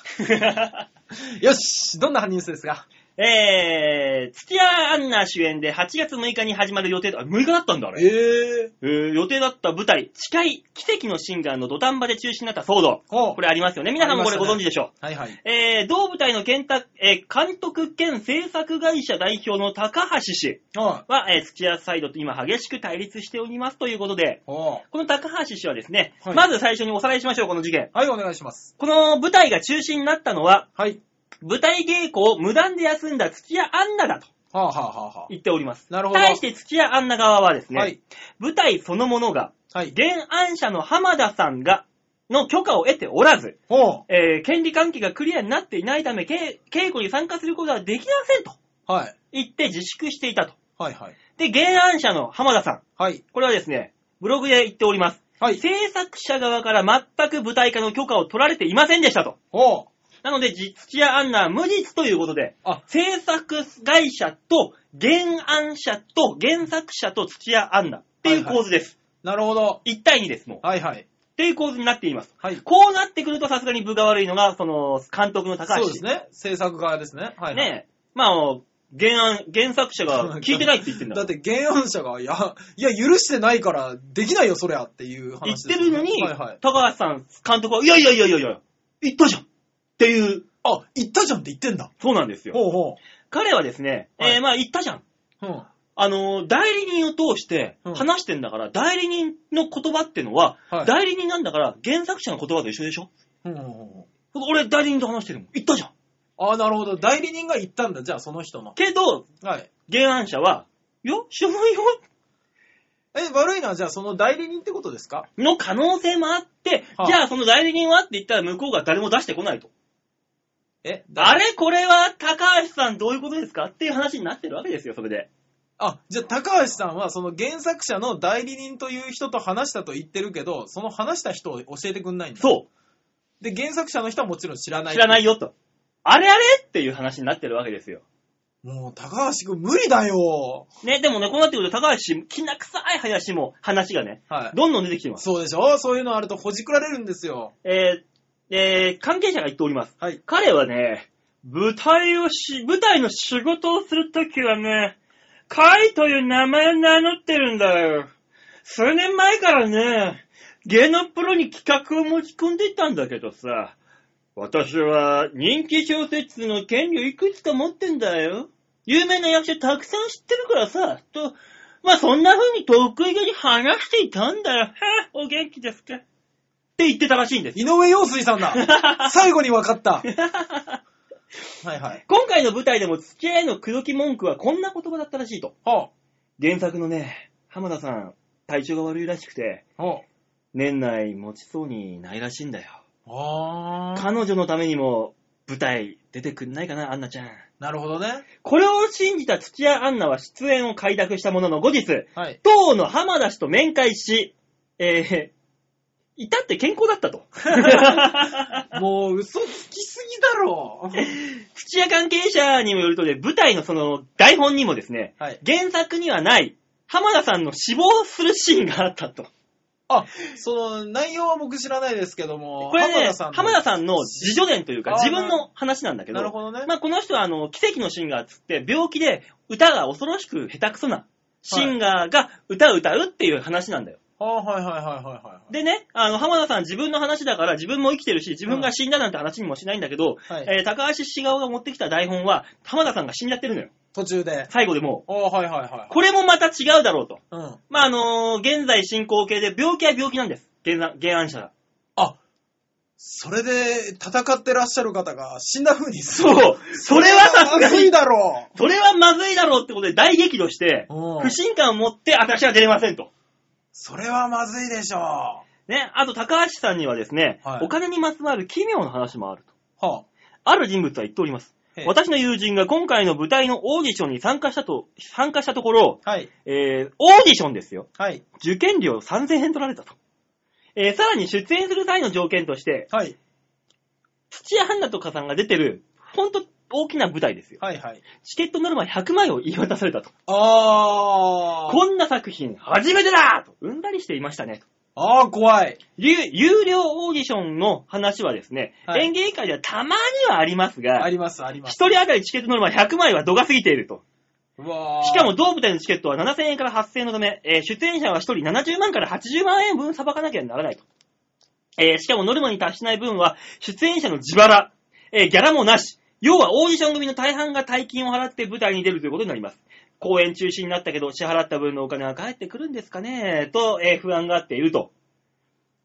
Speaker 3: よしどんなニュースですか
Speaker 2: えー、土屋アンナ主演で8月6日に始まる予定だ、あ6日だったんだ、あれ。
Speaker 3: えぇ
Speaker 2: えー、予定だった舞台、近い奇跡のシンガーの土壇場で中止になった騒動。
Speaker 3: ほう
Speaker 2: こ。れありますよね。皆さんもこれ
Speaker 3: あ
Speaker 2: ご
Speaker 3: りましたね
Speaker 2: 存知でしょう。
Speaker 3: はいはい。
Speaker 2: えー、同舞台の監督、えー監督兼制作会社代表の高橋氏
Speaker 3: はい。
Speaker 2: は、えー土屋サイドと今激しく対立しておりますということで、
Speaker 3: ほう。
Speaker 2: この高橋氏はですね、
Speaker 3: はい
Speaker 2: まず最初におさらいしましょう、この事件。
Speaker 3: はい、お願いします。
Speaker 2: この舞台が中止になったのは、
Speaker 3: はい。
Speaker 2: 舞台稽古を無断で休んだ土屋アンナだと
Speaker 3: はあ、はあはあは
Speaker 2: 言っております。
Speaker 3: なるほど
Speaker 2: 対して土屋アンナ側はです
Speaker 3: あ、
Speaker 2: ね、
Speaker 3: はい。
Speaker 2: 舞台そのものが、
Speaker 3: はい。
Speaker 2: 原案者の浜田さんが、の許可を得ておらず、
Speaker 3: ほ
Speaker 2: えー権利関係がクリアになっていないため、稽稽古に参加することはできませんと
Speaker 3: う。はい。
Speaker 2: 言って自粛していたと。
Speaker 3: はいはい。
Speaker 2: で、原案者の浜田さん、
Speaker 3: はい。
Speaker 2: これはですね、ブログで言っております。
Speaker 3: はい。
Speaker 2: 制作者側から全く舞台化の許可を取られていませんでしたと。
Speaker 3: ほう。
Speaker 2: なので、じ土屋アンナは無実ということで、
Speaker 3: あ、
Speaker 2: 制作会社と原案者と原作者と土屋アンナっていう構図です。
Speaker 3: なるほど。
Speaker 2: 1対2です、もう。っ
Speaker 3: はいはい。
Speaker 2: ていう構図になっています。
Speaker 3: はい。
Speaker 2: こうなってくるとさすがに分が悪いのが、その、監督の高橋。
Speaker 3: そうですね。制作側ですね。はい、はい。
Speaker 2: ねえまあ、原案、原作
Speaker 3: <laughs>
Speaker 2: 者が聞いてないって言ってんだ
Speaker 3: だ
Speaker 2: も
Speaker 3: っ
Speaker 2: ん。
Speaker 3: て原案者が、いや、いや、許してないから、できないよ、そりゃっていう
Speaker 2: 言っ
Speaker 3: 話で
Speaker 2: て
Speaker 3: す、
Speaker 2: るのに、
Speaker 3: はいはい。
Speaker 2: 高橋さん、監督は、いやいやいやいやいや、言ったじゃんっていう、
Speaker 3: あ、言ったじゃんって言ってんだ。
Speaker 2: そうなんですよ。
Speaker 3: ほうほ
Speaker 2: 彼はですね、
Speaker 3: はい
Speaker 2: えーまあ言ったじゃん。
Speaker 3: う。うん。
Speaker 2: あのー、代理人を通して
Speaker 3: うん
Speaker 2: 話してんだから、代理人の言葉ってのは、
Speaker 3: はい
Speaker 2: 代理人なんだから原作者の言葉と一緒でしょ
Speaker 3: うんうんうんうん。
Speaker 2: 俺代理人と話してるもん。言ったじゃん。
Speaker 3: あ、なるほど。代理人が言ったんだ、じゃあ、その人の。
Speaker 2: けど、
Speaker 3: はい。
Speaker 2: 原案者は、いや、知らないよ
Speaker 3: え、悪いのは、じゃあ、その代理人ってことですか
Speaker 2: の可能性もあって、
Speaker 3: はあ
Speaker 2: じゃあその代理人はって言ったら向こうが誰も出してこないと。
Speaker 3: え、
Speaker 2: あ
Speaker 3: れ
Speaker 2: れこれは高橋さんどういうことですかっていう話になってるわけですよ、それで。
Speaker 3: あ、じゃあ、高橋さんは、その原作者の代理人という人と話したと言ってるけど、その話した人を教えてくんないんだ。。
Speaker 2: そう
Speaker 3: で、原作者の人はもちろん知ら
Speaker 2: う。
Speaker 3: ない。。
Speaker 2: 知らないいよと。あれあれっていう話になってるわけですよ。
Speaker 3: もう、高橋くん無理だよ。
Speaker 2: ね、でもね、こうなってくると高橋、きな臭い話も、話がね、
Speaker 3: はい。
Speaker 2: どんどん出てきてます。
Speaker 3: そうでしょそういうのあるとほじくられるんですよ。
Speaker 2: えーえー関係者が言っております。
Speaker 3: はい。
Speaker 2: 彼はね、舞台をし、舞台の仕事をするときはね、カイという名前を名乗ってるんだよ。数年前からね、芸能プロに企画を持ち込んでいたんだけどさ、私は人気小説の権利をいくつか持ってんだよ。有名な役者たくさん知ってるからさ、と、まあそんな風に得意げに話していたんだよ。はあお元気ですかって言ってたらしいんです。
Speaker 3: 井上陽水
Speaker 2: <laughs>
Speaker 3: さんだ最後に分かったはいはい。
Speaker 2: 今回の舞台でも付き合いの口説き文句はこんな言葉だったらしいと。
Speaker 3: ほ
Speaker 2: 原作のね、浜田さん、体調が悪いらしくて、
Speaker 3: う。ほ
Speaker 2: 年内持ちそうにないらしいんだよ。
Speaker 3: う。あー。
Speaker 2: 彼女のためにも舞台出てくんないかな、アンナちゃん。
Speaker 3: なるほどね。
Speaker 2: これを信じた土屋アンナは出演を快諾したものの後日、 <laughs>
Speaker 3: はい。
Speaker 2: 当の浜田氏と面会し、えー、いたって健康だったと。
Speaker 3: もう嘘つきすぎだろ。
Speaker 2: 土屋関係者にもよるとね、舞台のその台本にもですね、
Speaker 3: はい。
Speaker 2: 原作にはない浜田さんの死亡するシーンがあったと。
Speaker 3: あ、その内容は僕知らないですけども、
Speaker 2: これね、
Speaker 3: さんの
Speaker 2: 浜田さんの自助伝というか
Speaker 3: あー
Speaker 2: 自分の話なんだけど、
Speaker 3: なるほどね。
Speaker 2: まあ、この人はあの奇跡のシンガーっつって病気で歌が恐ろしく下手くそなシンガーが歌を歌うっていう話なんだよ。
Speaker 3: あはいはいはいはいはい。
Speaker 2: でね、あの浜田さん自分の話だから自分も生きてるし自分が死んだなんて話にもしないんだけど、
Speaker 3: はい
Speaker 2: えー高橋志顔が持ってきた台本は浜田さんが死んじゃってるのよ。
Speaker 3: 途中で。
Speaker 2: 最後でも
Speaker 3: あはいはいは
Speaker 2: う。これもまた違うだろうと。
Speaker 3: いはい。うん。
Speaker 2: まあ、あのー現在進行形で病気は病気なんです。原案原案者は。
Speaker 3: あ、それで戦ってらっしゃる方が死んだ風に
Speaker 2: そうそれはさすが
Speaker 3: まず
Speaker 2: に
Speaker 3: い、だろ
Speaker 2: それはまずいだろうってことで大激怒して、
Speaker 3: う。う
Speaker 2: 不
Speaker 3: ん。
Speaker 2: 信感を持って私は出れませんと。
Speaker 3: それはまずいでしょう。は
Speaker 2: ね、あと高橋さんにはですね、
Speaker 3: はい
Speaker 2: お金にまつわる奇妙な話もあると。
Speaker 3: あ。
Speaker 2: ある人物は言っております
Speaker 3: へえ。
Speaker 2: 私の友人が今回の舞台のオーディションに参加したと、参加したところ、
Speaker 3: はい。
Speaker 2: えー、オーディションですよ。
Speaker 3: はい。
Speaker 2: 受験料3000円取られたと。えー、さらに出演する際の条件として、
Speaker 3: はい。
Speaker 2: 土屋ハンナとかさんが出てる、ほんと大きな舞台ですよ。
Speaker 3: はいはい。
Speaker 2: チケットノルマ100枚を言い渡されたと。
Speaker 3: あー。
Speaker 2: こんな作品初めてだとうんざりしていましたね。
Speaker 3: あー怖い。
Speaker 2: 有有料オーディションの話はですね、
Speaker 3: はい
Speaker 2: 演芸会ではたまにはあります
Speaker 3: あ
Speaker 2: が、
Speaker 3: りますありま
Speaker 2: 一
Speaker 3: す。
Speaker 2: 人当たりチケットノルマ100枚は度が過ぎていると。
Speaker 3: うわー。
Speaker 2: しかも同舞台のチケットは7000円から8000円のため、えー出演者は一人70万から80万円分裁かなきゃならないと。えーしかもノルマに達しない分は、出演者の自腹、えーギャラもなし。要はオーディション組の大半が大金を払って舞台に出るということになります。公演中止になったけど、支払った分のお金は返ってくるんですかねと、えー不安があっていると。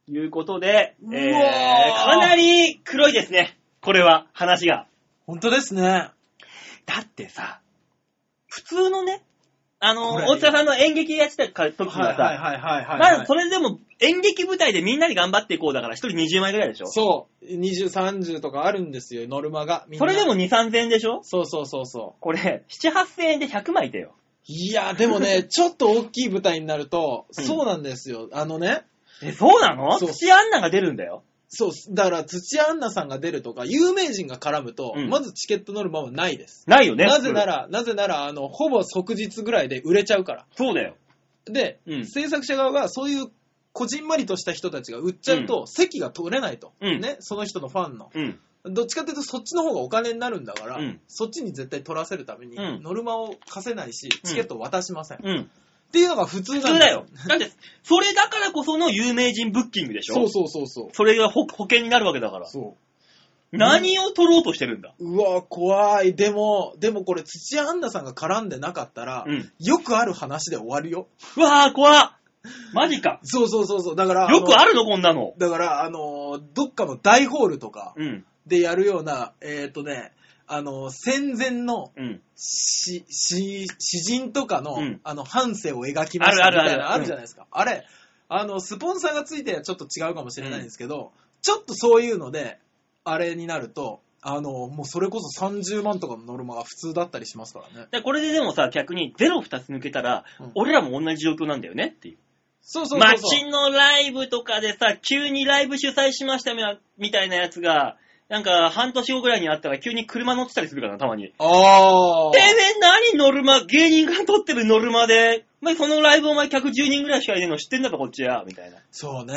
Speaker 2: いうことで、えー
Speaker 3: うわー
Speaker 2: かなり黒いですね。これは、話が。
Speaker 3: 本当ですね。
Speaker 2: だってさ、普通のね、あの
Speaker 3: これ、
Speaker 2: 大塚さんの演劇やってた時に
Speaker 3: はは
Speaker 2: はい
Speaker 3: い
Speaker 2: さ、
Speaker 3: はいはいはい。
Speaker 2: まずそれでも演劇舞台でみんなで頑張っていこうだから、一人20枚ぐらいでしょそ
Speaker 3: そう。20、30とかあるんですよ、ノルマが。みんな
Speaker 2: れで。も2、3000円でしょ
Speaker 3: そうそうそうそう。
Speaker 2: これ、7、8000円で100枚だよ。
Speaker 3: いや、でも
Speaker 2: <laughs>
Speaker 3: ね、ちょっと大きい舞台になると、
Speaker 2: うん
Speaker 3: そうなんですよ。あのね、
Speaker 2: え、そうなの
Speaker 3: そう
Speaker 2: 土アンナが出るんだよ。
Speaker 3: そう、だから土屋アンナさんが出るとか、有名人が絡むと、
Speaker 2: うん
Speaker 3: まずチケットノルマはないです。
Speaker 2: ないよね。
Speaker 3: なぜなら、なぜなら、あの、ほぼ即日ぐらいで売れちゃうから。
Speaker 2: 普通、そうだよ。
Speaker 3: で、
Speaker 2: うん
Speaker 3: 制作者側がそういう、こじんまりとした人たちが売っちゃうと、席が取れないと、
Speaker 2: うん
Speaker 3: ね、その人のファンの。
Speaker 2: うん。
Speaker 3: どっちかというと、そっちの方がお金になるんだから、
Speaker 2: うん
Speaker 3: そっちに絶対取らせるために、
Speaker 2: うん
Speaker 3: ノルマを課せないし、チケットを渡しません。っ
Speaker 2: うん。
Speaker 3: ていうのが普通なん
Speaker 2: 普通だよ。だって、それだからこその有名人ブッキングでしょ
Speaker 3: そうそうそうそう。
Speaker 2: それが保保険になるわけだから。
Speaker 3: そう。
Speaker 2: 何を取ろうとしてるんだ
Speaker 3: うわ、怖い。でも、でもこれ、土屋アンナさんが絡んでなかったら、
Speaker 2: うん
Speaker 3: よくある話で終わるよ。
Speaker 2: うわぁ、怖っマジか。
Speaker 3: そうそうそうそう。だから、
Speaker 2: よくあ
Speaker 3: る
Speaker 2: るのこんなの。
Speaker 3: だから、あのー、どっかの大ホールとか
Speaker 2: うん。
Speaker 3: でやるような、えっ、とね、あのー、戦前の
Speaker 2: うん。
Speaker 3: 詩、詩、詩人とかの、
Speaker 2: うん
Speaker 3: あの、半生を描きました
Speaker 2: あ
Speaker 3: み
Speaker 2: るある
Speaker 3: たいなの
Speaker 2: ある
Speaker 3: あるじゃないですか。あれ、あの、スポンサーがついてちょっと違うかもしれないんですけど、ちょっとそういうので、あれになると、あの、もうそれこそ30万とかのノルマが普通だったりしますからね。
Speaker 2: でこれででもさ、逆にゼロ2つ抜けたら、
Speaker 3: うん
Speaker 2: 俺らも同じ状況なんだよねっていう。
Speaker 3: そうそうそうそう。
Speaker 2: 街のライブとかでさ、急にライブ主催しましたみみたいなやつが、なんか半年後ぐらいにあったら急に車乗ってたりするからな、たまに。
Speaker 3: あ
Speaker 2: てめえ何ノルマ、芸人が取ってるノルマで、お前そのライブお前客10人ぐらいしかいねえの知ってんだろこっちや、みたいな。
Speaker 3: そうね。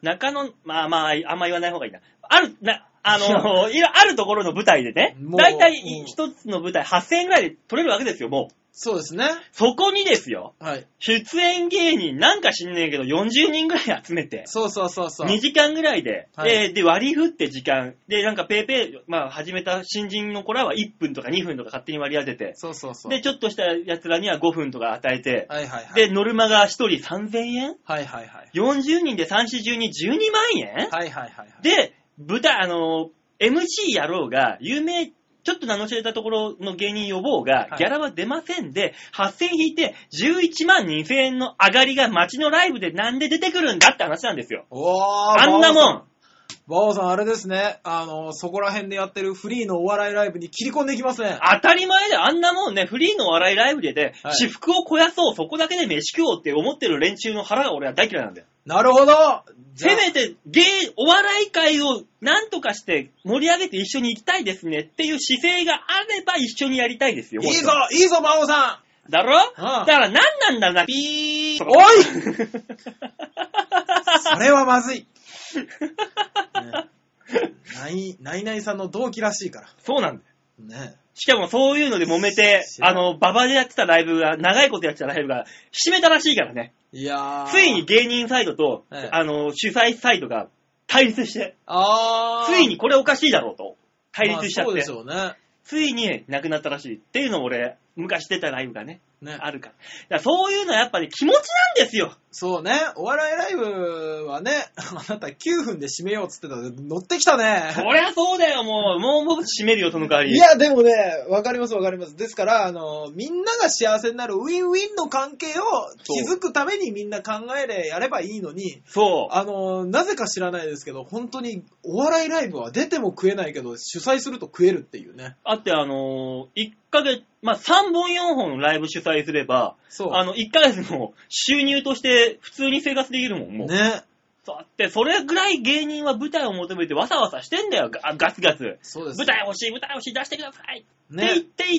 Speaker 2: 中野、まあまあ、あんま言わない方がいいな。ある、な、あ
Speaker 3: <laughs>
Speaker 2: の、いろあるところの舞台でね、
Speaker 3: もう
Speaker 2: だいたい
Speaker 3: うん
Speaker 2: 一つの舞台8000円ぐらいで取れるわけですよ、もう。
Speaker 3: そうですね。
Speaker 2: そこにですよ、
Speaker 3: はい。
Speaker 2: 出演芸人なんか知んねえけど40人ぐらい集めて、
Speaker 3: そうそうそうそう。
Speaker 2: 2時間ぐらいで、
Speaker 3: はい
Speaker 2: でで割り振って時間、で、なんかペーペー、まあ始めた新人の子らは1分とか2分とか勝手に割り当てて、
Speaker 3: そうそうそう。
Speaker 2: で、ちょっとした奴らには5分とか与えて、
Speaker 3: はいはいはい。
Speaker 2: で、ノルマが1人3000円
Speaker 3: はいはいはい。
Speaker 2: ?40 人で3、4、12、12万
Speaker 3: はい
Speaker 2: 円
Speaker 3: はいはいはい。
Speaker 2: で、舞台、あの、MC やろうが、有名、ちょっと名の知れたところの芸人呼ぼうが
Speaker 3: は、い
Speaker 2: ギャラは出ませんで、8000引いて11万2000円の上がりが街のライブでなんで出てくるんだって話なんですよ。
Speaker 3: おー、
Speaker 2: あんなもん。
Speaker 3: バオさん、あれですね。あの、そこら辺でやってるフリーのお笑いライブに切り込んでいきますね。
Speaker 2: 当たり前だよ。あんなもんね、フリーのお笑いライブでね、
Speaker 3: はい
Speaker 2: 私服を肥やそう、そこだけで飯食おうって思ってる連中の腹が俺は大嫌いなんだよ。
Speaker 3: なるほどじゃ
Speaker 2: せ
Speaker 3: あ
Speaker 2: めて、芸、お笑い界を何とかして盛り上げて一緒に行きたいですねっていう姿勢があれば一緒にやりたいですよ。
Speaker 3: いいぞいいぞ、バオさ
Speaker 2: だろだ
Speaker 3: んうん
Speaker 2: から何なんだろうな、ピーとか
Speaker 3: おいそれはまずい、ね、
Speaker 2: <laughs>
Speaker 3: ない、ないないさんの同期らしいから。
Speaker 2: <laughs> そうなんだよ。
Speaker 3: ね。
Speaker 2: しかもそういうので揉めて
Speaker 3: 知、ら
Speaker 2: あ
Speaker 3: ん
Speaker 2: の、ババでやってたライブが、長いことやってたライブが、閉めたらしいからね。
Speaker 3: いやー。
Speaker 2: ついに。芸人サイドと、
Speaker 3: ええ
Speaker 2: あの、主催サイドが対立して、
Speaker 3: あー。
Speaker 2: ついにこれおかしいだろうと、対
Speaker 3: まあ
Speaker 2: 立しちゃっ
Speaker 3: そうで
Speaker 2: て
Speaker 3: し、ょうね。
Speaker 2: ついに亡くなったらしいっていうのを俺、昔出たライブがね、
Speaker 3: ね。
Speaker 2: あるから。だからそういうのはやっぱり気持ちなんですよ。
Speaker 3: そうね。お笑いライブはね、 <laughs> あなた9分で締めようっつってたので、乗ってきた
Speaker 2: <laughs> そ
Speaker 3: ね。
Speaker 2: りゃそうだよ、もう。もう、もう閉めるよ、その代わり。
Speaker 3: いや、でもね、わかりますわかります。ですから、あの、みんなが幸せになるウィンウィンの関係を築くためにみんな考えでやればいいのに、
Speaker 2: そう。
Speaker 3: あの、なぜか知らないですけど、本当にお笑いライブは出ても食えないけど、主催すると食えるっていうね。
Speaker 2: あって、あのー、1ヶ月、まあ、3本4本ライブ主催すれば、
Speaker 3: そう。
Speaker 2: あの、1ヶ月の収入として普通に生活できるもん、もう。
Speaker 3: ね。
Speaker 2: だって、それぐらい芸人は舞台を求めてわさわさしてんだよ、ガガツガツ。
Speaker 3: そうです。
Speaker 2: 舞台欲しい、舞台欲しい、出してください、って言っ
Speaker 3: ね。
Speaker 2: て言っ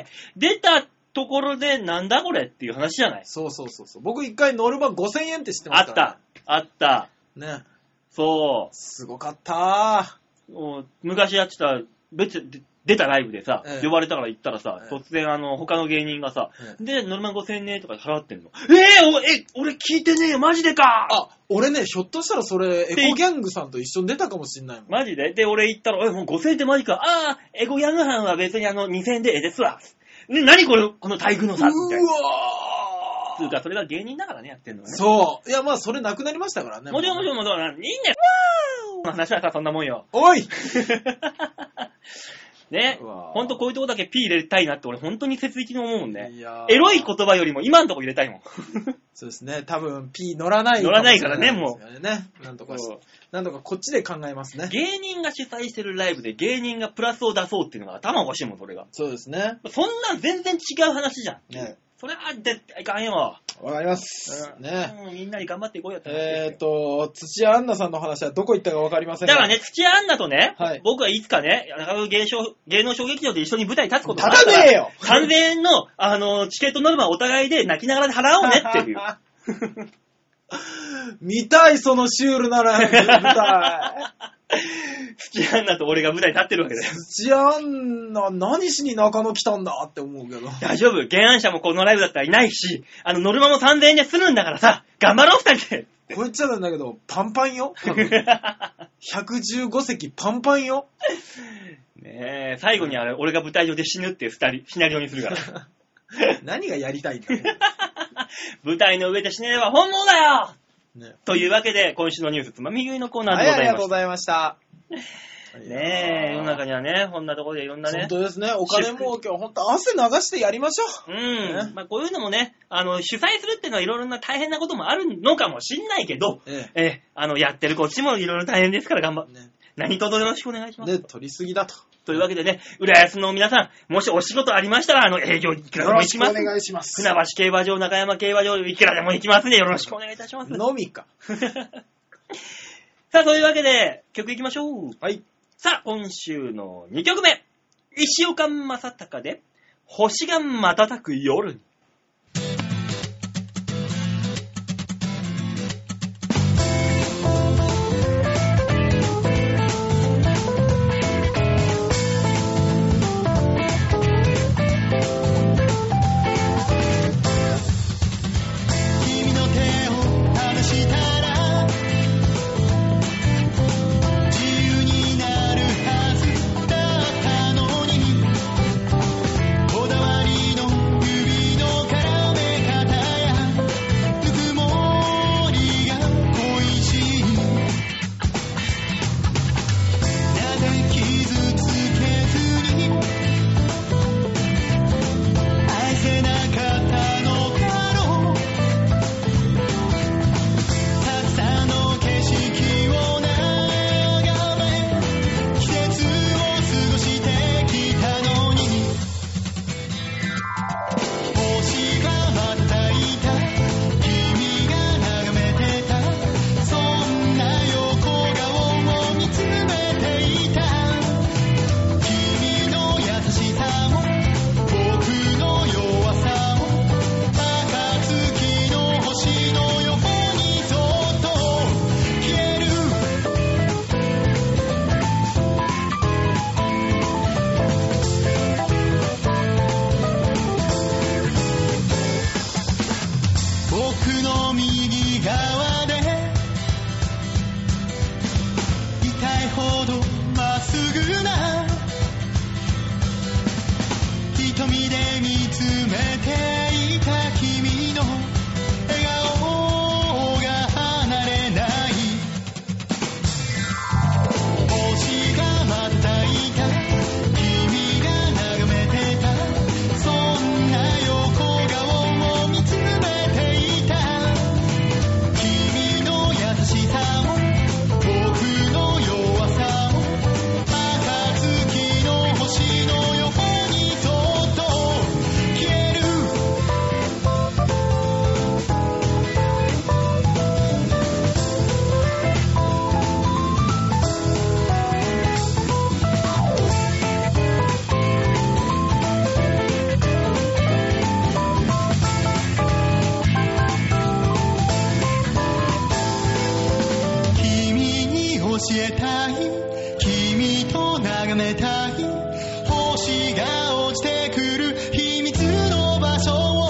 Speaker 2: て、出たところでなんだこれっていう話じゃない
Speaker 3: そうそうそうそう。僕一回ノルマ5000円って知ってま
Speaker 2: あ
Speaker 3: す
Speaker 2: っ
Speaker 3: から、
Speaker 2: た、あった、
Speaker 3: ね。ね。
Speaker 2: そ
Speaker 3: すごかった
Speaker 2: う。もう昔やってた、別に出たライブでさ、
Speaker 3: ええ
Speaker 2: 呼ばれたから行ったらさ
Speaker 3: え、え
Speaker 2: 突然あの、他の芸人がさ、
Speaker 3: え
Speaker 2: で、ノルマ5000円とか払ってんの。えー、おえ、俺聞いてねえよ、マジでか
Speaker 3: あ、俺ね、ひょっとしたらそれ、エコギャングさんと一緒に出たかもしんないもん。
Speaker 2: マジでで、俺行ったら、え、もう5000円ってマジか。ああ、エゴヤングハンは別にあの、2000円でええですわ。ね、何これ、この待遇の
Speaker 3: う
Speaker 2: 差みたいな。つ
Speaker 3: わ
Speaker 2: うか、それが芸人だからね、やってんの
Speaker 3: ー
Speaker 2: ね。
Speaker 3: そう。いや、まあ、それなくなりましたからね。
Speaker 2: もちろんもちろんもちろん、いいんだよ。わー話はさ、そんなも
Speaker 3: <laughs>
Speaker 2: んよ。
Speaker 3: おい
Speaker 2: ね、
Speaker 3: うわー
Speaker 2: ほんとこういうとこだけ P 入れたいなって俺ほんとに切実に思うもんね。
Speaker 3: いやー
Speaker 2: エロい言葉よりも今のとこ入れたいもん。
Speaker 3: そうですね。多分、P 乗らない
Speaker 2: 乗らないからね
Speaker 3: もしれないですからね。なんとかし
Speaker 2: そう
Speaker 3: なんとかこっちで考えますね。
Speaker 2: 芸人が主催してるライブで芸人がプラスを出そうっていうのが頭おかしいもん、それが。
Speaker 3: そうですね。
Speaker 2: そんなん全然違う話じゃん。
Speaker 3: ね。
Speaker 2: それは絶対いかんよ。
Speaker 3: わかります。ね。
Speaker 2: うんみんなに頑張っていこうよって話ですよ
Speaker 3: えーっと、土屋アンナさんの話はどこ行ったかわかりません
Speaker 2: だ
Speaker 3: が
Speaker 2: からね、土屋アンナとね、
Speaker 3: はい
Speaker 2: 僕はいつかね、中野芸商芸能小劇場で一緒に舞台立つこと
Speaker 3: 立たねえよ
Speaker 2: 完全の、あの、チケットノルマをお互いで泣きながらで払おうねって
Speaker 3: <laughs>
Speaker 2: いう。
Speaker 3: 見たい、そのシュールなライブ、見たい。
Speaker 2: 土屋アンナと俺が舞台に立ってるわけだよ。
Speaker 3: 土屋アンナ、何しに中野来たんだって思うけど。
Speaker 2: 大丈夫。原案者もこのライブだったらいないし、あの、ノルマも3000円で済むんだからさ、頑張ろう二人で。
Speaker 3: こいつらなんだけど、パンパン
Speaker 2: <laughs>
Speaker 3: よ。115席パンパン <laughs> よ。
Speaker 2: ねえ、最後にあれ、俺が舞台上で死ぬっていう二人、シナリオにするから。
Speaker 3: <laughs> 何がやりたいんだろ
Speaker 2: 舞台の上で死ねれば本望だよ
Speaker 3: う、ね、
Speaker 2: というわけで、今週のニュースつまみ食いのコーナー
Speaker 3: は
Speaker 2: で
Speaker 3: い、
Speaker 2: ご
Speaker 3: あ
Speaker 2: ざ
Speaker 3: りが
Speaker 2: いま
Speaker 3: とうご
Speaker 2: す。
Speaker 3: ざいました。
Speaker 2: ねえ、世の中にはね、こんなところでいろんなね
Speaker 3: 本、当ですね。お金儲けは本当汗流してやりましょう。
Speaker 2: う
Speaker 3: ね
Speaker 2: ん。まあ、こういうのもね、あの、主催するっていうのはいろいろな大変なこともあるのかもしんないけど、
Speaker 3: え
Speaker 2: ええ、あの、やってるこっちもいろいろ大変ですから頑張っ
Speaker 3: え。ね。
Speaker 2: 何卒よろしくお願いします。
Speaker 3: で、取りすぎだと。
Speaker 2: というわけでね、浦安の皆さん、もしお仕事ありましたら、あの、営業いくらでも行きます。
Speaker 3: いしま
Speaker 2: 船橋競馬場、中山競馬場、いくらでも行きますんで、よろしくお願いいたします。
Speaker 3: のみか。
Speaker 2: <laughs> さあ、というわけで、曲いきましょう。
Speaker 3: はい。
Speaker 2: さあ、今週の2曲目。石岡正隆で、星が瞬く夜に。
Speaker 4: 「星が瞬く夜に」したら自由になるはずだったのにこだわりの指の絡め方やぬくもりが恋しいなぜ傷つけずに愛せなかったのだろうたくさんの景色を眺め季節を過ごしてきたのに星がまたいた君が眺めてたそんな横顔を見つめていた君の優しさも僕の弱さも暁の星の横にそっと消える僕の右側で痛いほどまっすぐな瞳で見つめていた君の笑顔が離れない星がまたいた君が眺めてたそんな横顔を見つめていた君の優しさも僕の弱さも暁の星の横にそっと消える君に教えたい君と眺めたい星が落ちてくる秘密の場所を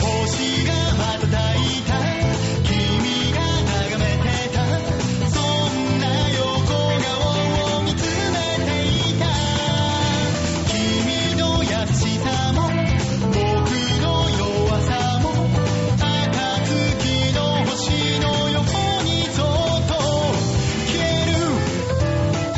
Speaker 4: 星が瞬いた君が眺めてたそんな横顔を見つめていた君の優しさも僕の弱さも暁の星の横にそっと消える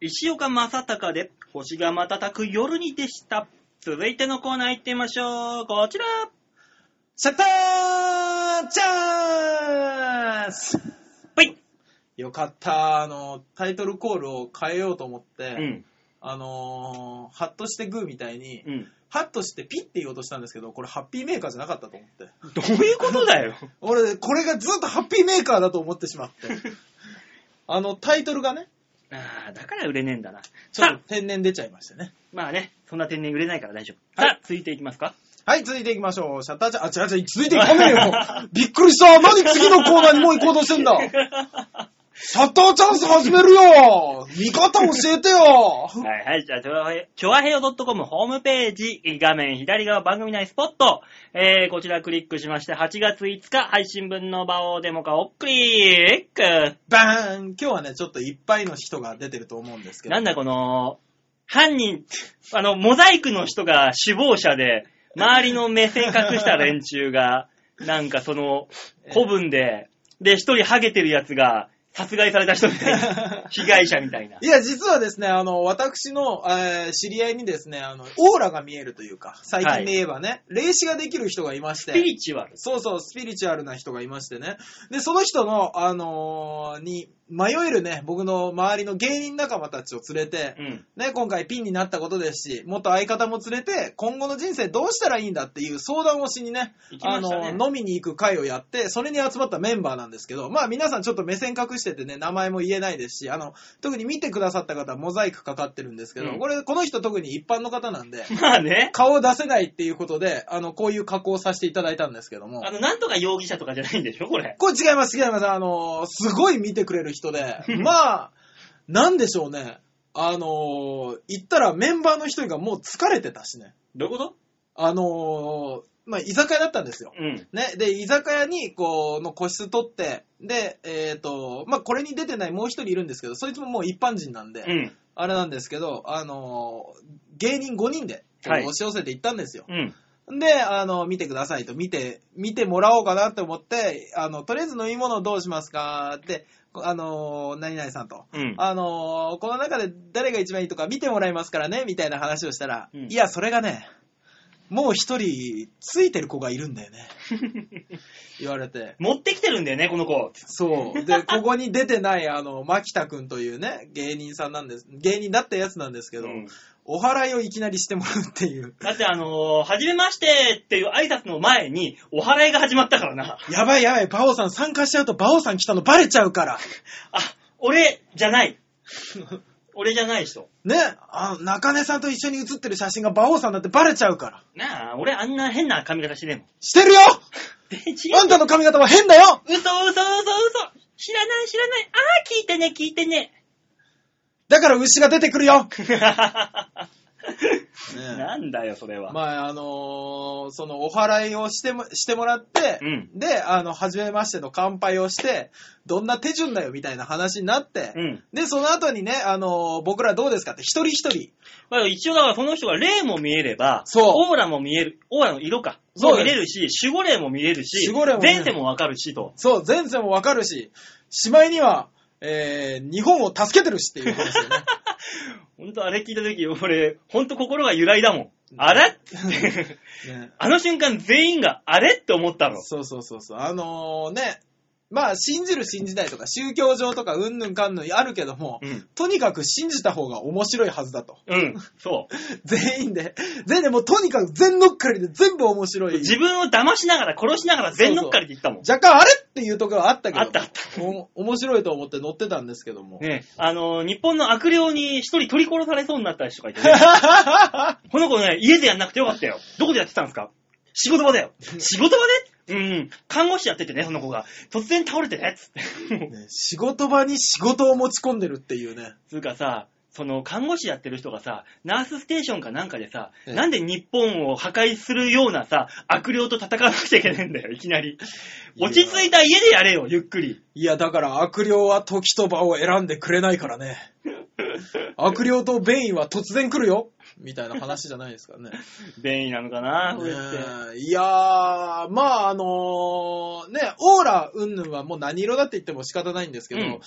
Speaker 2: 石岡正隆で星が瞬く夜にでした。続いてのコーナー行ってみましょう。こちら。
Speaker 3: シャッターチャンス
Speaker 2: ぽい。
Speaker 3: よかった。あの、タイトルコールを変えようと思って、
Speaker 2: うん。
Speaker 3: あのー、ハッとしてグーみたいに、
Speaker 2: うん。
Speaker 3: ハッとしてピッて言おうとしたんですけど、これハッピーメーカーじゃなかったと思って。
Speaker 2: どういうことだ
Speaker 3: <laughs>
Speaker 2: よ。
Speaker 3: 俺、これがずっとハッピーメーカーだと思ってしまって。あの、タイトルがね、
Speaker 2: ああ、だから売れねえんだな。
Speaker 3: ちょ
Speaker 2: さ
Speaker 3: っと天然出ちゃいましたね。
Speaker 2: まあね、そんな天然売れないから大丈夫。
Speaker 3: は
Speaker 2: さあ、続いていきますか。
Speaker 3: はい、続いていきましょう。シャッターチャンス、あ、違う違う、続いていかねえ
Speaker 2: <laughs>
Speaker 3: よ。びっくりした。何次のコーナーにもう行こうとしてんだ。シャッターチャンス始めるよ見方教えてよ
Speaker 2: はいはい、じゃあ、ちょわへよ、ちょわへよ .com ホームページ、画面左側番組内スポット、えー、こちらクリックしまして、8月5日配信分の場をデモ化をクリック。
Speaker 3: バーン今日はね、ちょっといっぱいの人が出てると思うんですけど。
Speaker 2: なんだこの、犯人、あの、モザイクの人が首謀者で、周りの目線隠した連中が、なんかその、古文で、で、一人ハゲてるやつが、殺害された人みたいな。 <laughs> 被害者みたいな。
Speaker 3: いや、実はですね、あの、私の、えー知り合いにですね、あの、オーラが見えるというか、最近で言えばね、霊視ができる人がいまし
Speaker 2: ス
Speaker 3: て。
Speaker 2: ピリチュアル。
Speaker 3: そうそう、スピリチュアルな人がいましてね。で、その人の、あのーに、迷えるね、僕の周りの芸人仲間たちを連れて、
Speaker 2: うん。
Speaker 3: ね、今回ピンになったことですし、元相方も連れて、今後の人生どうしたらいいんだっていう相談をしにね、
Speaker 2: 行きま
Speaker 3: あ
Speaker 2: したね
Speaker 3: の、飲みに行く会をやって、それに集まったメンバーなんですけど、まあ皆さんちょっと目線隠しててね、名前も言えないですし、あの、特に見てくださった方はモザイクかかってるんですけど、
Speaker 2: うん
Speaker 3: これ、この人特に一般の方なんで、
Speaker 2: まあね。
Speaker 3: 顔を出せないっていうことで、あの、こういう加工をさせていただいたんですけども
Speaker 2: あ、の、なんとか容疑者とかじゃないんでしょこれ。
Speaker 3: これ違います、違います。あの、すごい見てくれる人
Speaker 2: <laughs>
Speaker 3: で、まあ、なんでしょうね。あの、言ったらメンバーの一人がもう疲れてたしね。
Speaker 2: どういうこと
Speaker 3: あの、まあ、居酒屋だったんですよ。
Speaker 2: うん。
Speaker 3: ね、で、居酒屋に、こう、の個室取って、で、えっ、と、まあ、これに出てないもう一人いるんですけど、そいつももう一般人なんで、
Speaker 2: うん。
Speaker 3: あれなんですけど、あの、芸人5人で、こう
Speaker 2: はい
Speaker 3: 押し寄せて行ったんですよ。
Speaker 2: うん。
Speaker 3: で、あの、見てくださいと、見て、見てもらおうかなって思って、あの、とりあえず飲み物どうしますかって、あの、何々さんと。
Speaker 2: うん。
Speaker 3: あの、この中で誰が一番いいとか見てもらいますからね、みたいな話をしたら、
Speaker 2: うん
Speaker 3: いや、それがね、もう一人、ついてる子がいるんだよね。言われて。
Speaker 2: <laughs> 持ってきてるんだよね、この子。
Speaker 3: そう。
Speaker 2: <laughs>
Speaker 3: で、ここに出てない、あの、牧田くんというね、芸人さんなんです。芸人だったやつなんですけど、
Speaker 2: うん
Speaker 3: お祓いをいきなりしてもらうっていう。
Speaker 2: だってあのー、はじめましてっていう挨拶の前に、お祓いが始まったからな。
Speaker 3: やばいやばい、バオさん参加しちゃうとバオさん来たのバレちゃうから。
Speaker 2: あ、俺じゃない。 <laughs> 俺じゃない人。
Speaker 3: ね、あ中根さんと一緒に写ってる写真がバオさんだってバレちゃうから。
Speaker 2: なあ、俺あんな変な髪型してねえもん。
Speaker 3: してるよ
Speaker 2: で、違
Speaker 3: あ
Speaker 2: うん
Speaker 3: たの髪型は変だよ
Speaker 2: 嘘嘘嘘嘘知らない知らない。ああ、聞いてね聞いてね。
Speaker 3: だから牛が出てくるよ、
Speaker 2: <laughs> なんだよ、それは。
Speaker 3: まあ、あのーその、お祓いをしても、してもらって、
Speaker 2: うん
Speaker 3: で、あの、初めましての乾杯をして、どんな手順だよ、みたいな話になって、
Speaker 2: うん。
Speaker 3: で、その後にね、あのー僕らどうですかって、一人一人、
Speaker 2: まあ、一応だからその人が霊も見えれば、
Speaker 3: そう
Speaker 2: オーラも見える、オーラの色か。
Speaker 3: そう
Speaker 2: も見れるし、守護霊も見れるし、
Speaker 3: 守護霊も見れる
Speaker 2: 前世もわかるしと。
Speaker 3: そう、前世もわかるし、しまいには、えー、日本を助けてるしっていうことですよね。
Speaker 2: ほんとあれ聞いた時、俺、ほんと心が揺らいだもん。あ
Speaker 3: <laughs>
Speaker 2: れ
Speaker 3: ね
Speaker 2: あの瞬間全員があれって思ったの。
Speaker 3: そうそうそうそう。あのーね、まあ、信じる信じないとか、宗教上とか、うんぬんかんぬんあるけども、
Speaker 2: うん。
Speaker 3: とにかく信じた方が面白いはずだ
Speaker 2: <laughs>
Speaker 3: と。
Speaker 2: うん。そ
Speaker 3: 全員で、全員でもうとにかく全乗っかりで全部面白
Speaker 2: う。
Speaker 3: い。
Speaker 2: <laughs> 自分を騙しながら殺しながら全乗っかりって言ったもん。
Speaker 3: 若干あれっていうところはあったけど、
Speaker 2: あったあっ
Speaker 3: お面白いと思って乗ってたんですけども。
Speaker 2: ねあの、日本の悪霊に一人取り殺されそうになった人がい <laughs> て、ね、この子ね、家でやんなくてよかったよ。どこでやってたんですか仕事場だよ。仕事場でうん。看護師やっててね、その子が。突然倒れてね、つって。
Speaker 3: ね仕事場に仕事を持ち込んでるっていうね。
Speaker 2: <laughs> つうかさ、その看護師やってる人がさ、ナースステーションかなんかでさ、
Speaker 3: ええ
Speaker 2: なんで日本を破壊するようなさ、悪霊と戦わなくちゃいけないんだよ、いきなり。落ち着いた家でやれよ、ゆっくり。
Speaker 3: いや、だから悪霊は時と場を選んでくれないから
Speaker 2: <laughs>
Speaker 3: ね。悪霊と便意は突然来るよみたいな話じゃないですからね。
Speaker 2: 便意なのかな、これって。
Speaker 3: ねえいやー、まああのーね、オーラ云々はもう何色だって言っても仕方ないんですけど、
Speaker 2: うん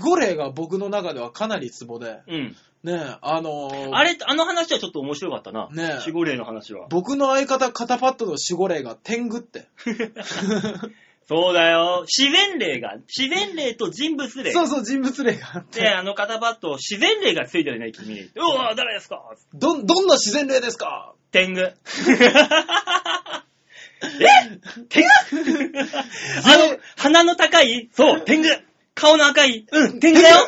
Speaker 3: 守護霊が僕の中ではかなりツボで、
Speaker 2: うん。
Speaker 3: ねえ、あのー
Speaker 2: あれ、あの話はちょっと面白かったな。
Speaker 3: ねえ
Speaker 2: 守護霊の話は。
Speaker 3: 僕の相方肩パッドの守護霊が天狗って。
Speaker 2: そうだよ。自然霊が、自然霊と人物霊。
Speaker 3: そうそう、人物霊があっ
Speaker 2: で、
Speaker 3: て。
Speaker 2: あの肩パッド、自然霊がついてるね、君。うわ、誰ですか
Speaker 3: ど、どんな自然霊ですか <laughs>
Speaker 2: 天狗。え天
Speaker 3: <laughs>
Speaker 2: 狗あの、鼻の高いそう、天狗。顔の赤いうん、天
Speaker 3: <laughs>
Speaker 2: 狗だよ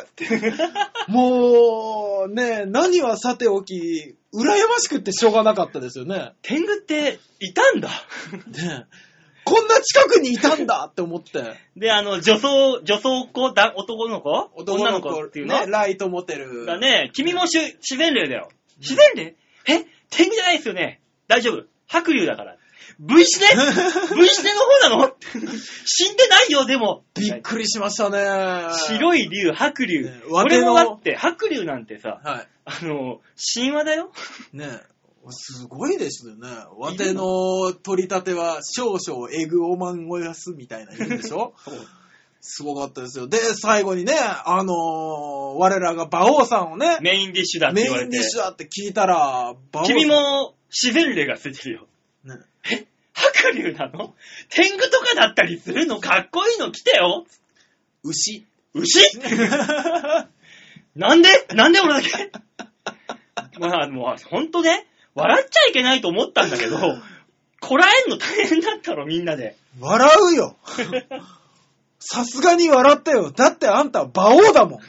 Speaker 3: もう、ねえ、何はさておき、羨ましくってしょうがなかったですよね。
Speaker 2: 天狗って、いたんだ。
Speaker 3: ねえこんな近くにいたんだって思って。
Speaker 2: で、あの、女装、女装子だ、男の子 <laughs> 女の子っていうの、
Speaker 3: ね、ライトモテル。
Speaker 2: だね、君もしゅ自然霊だよ。自然霊え天狗じゃないですよね。大丈夫。白龍だから。V
Speaker 3: <laughs>
Speaker 2: シネ ?V シネの方なの死んでないよ、でも。
Speaker 3: びっくりしましたね。
Speaker 2: 白い竜、白竜
Speaker 3: ね。
Speaker 2: これも
Speaker 3: わて
Speaker 2: だ
Speaker 3: の
Speaker 2: って、白竜なんてさ、
Speaker 3: は
Speaker 2: あの、神話だよ。
Speaker 3: い。ねすごいですよね。わて
Speaker 2: <laughs>
Speaker 3: の取り立ては少々エグおまんごやすみたいな言うんでしょすごかったですよ。で、最後にね、あのー我らが馬王さんをね、
Speaker 2: メインディッシュだって
Speaker 3: メ
Speaker 2: 言わ
Speaker 3: イ
Speaker 2: れ
Speaker 3: ンディ
Speaker 2: て
Speaker 3: ッ。シュだって聞いたら、馬王さん
Speaker 2: 君、も自然霊が捨ててるよ。
Speaker 3: ね
Speaker 2: 白龍なの天狗とかだったりするのかっこいいの来てよ
Speaker 3: 牛。
Speaker 2: 牛 <laughs> なんでなんで俺だけ <laughs> まあ、もう、ほんとね、笑っちゃいけないと思ったんだけど、こらえんの大変だったろ、みんなで。
Speaker 3: 笑うよ。さすがに笑ったよ。だってあんた馬王だ
Speaker 2: <laughs>
Speaker 3: もん。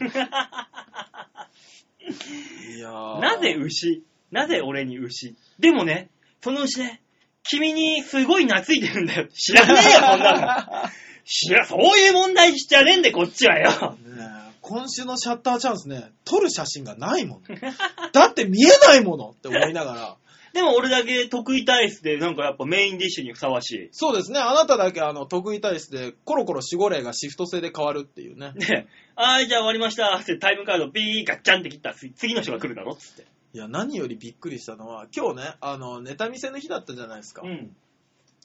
Speaker 3: いやー
Speaker 2: なぜ牛なぜ俺に牛でもね、その牛ね、君にすごい懐いてるんだよ。知らねえよ、そんなの。知ら、そういう問題じゃねえんで、こっちはよ。
Speaker 3: ねえ今週のシャッターチャンスね、撮る写真がないもん。 <laughs> だって見えないものって思いながら。
Speaker 2: でも俺だけ得意体質で、なんかやっぱメインディッシュにふさわしい。
Speaker 3: そうですね、あなただけあの得意体質で、コロコロ守護霊がシフト制で変わるっていうね。
Speaker 2: ね、あーじゃあ終わりましたってタイムカードピーガッチャンって切ったら次次の人が来るだろっつって。
Speaker 3: いや、何よりびっくりしたのは、今日ね、あの、ネタ見せの日だったじゃないですか。
Speaker 2: うん。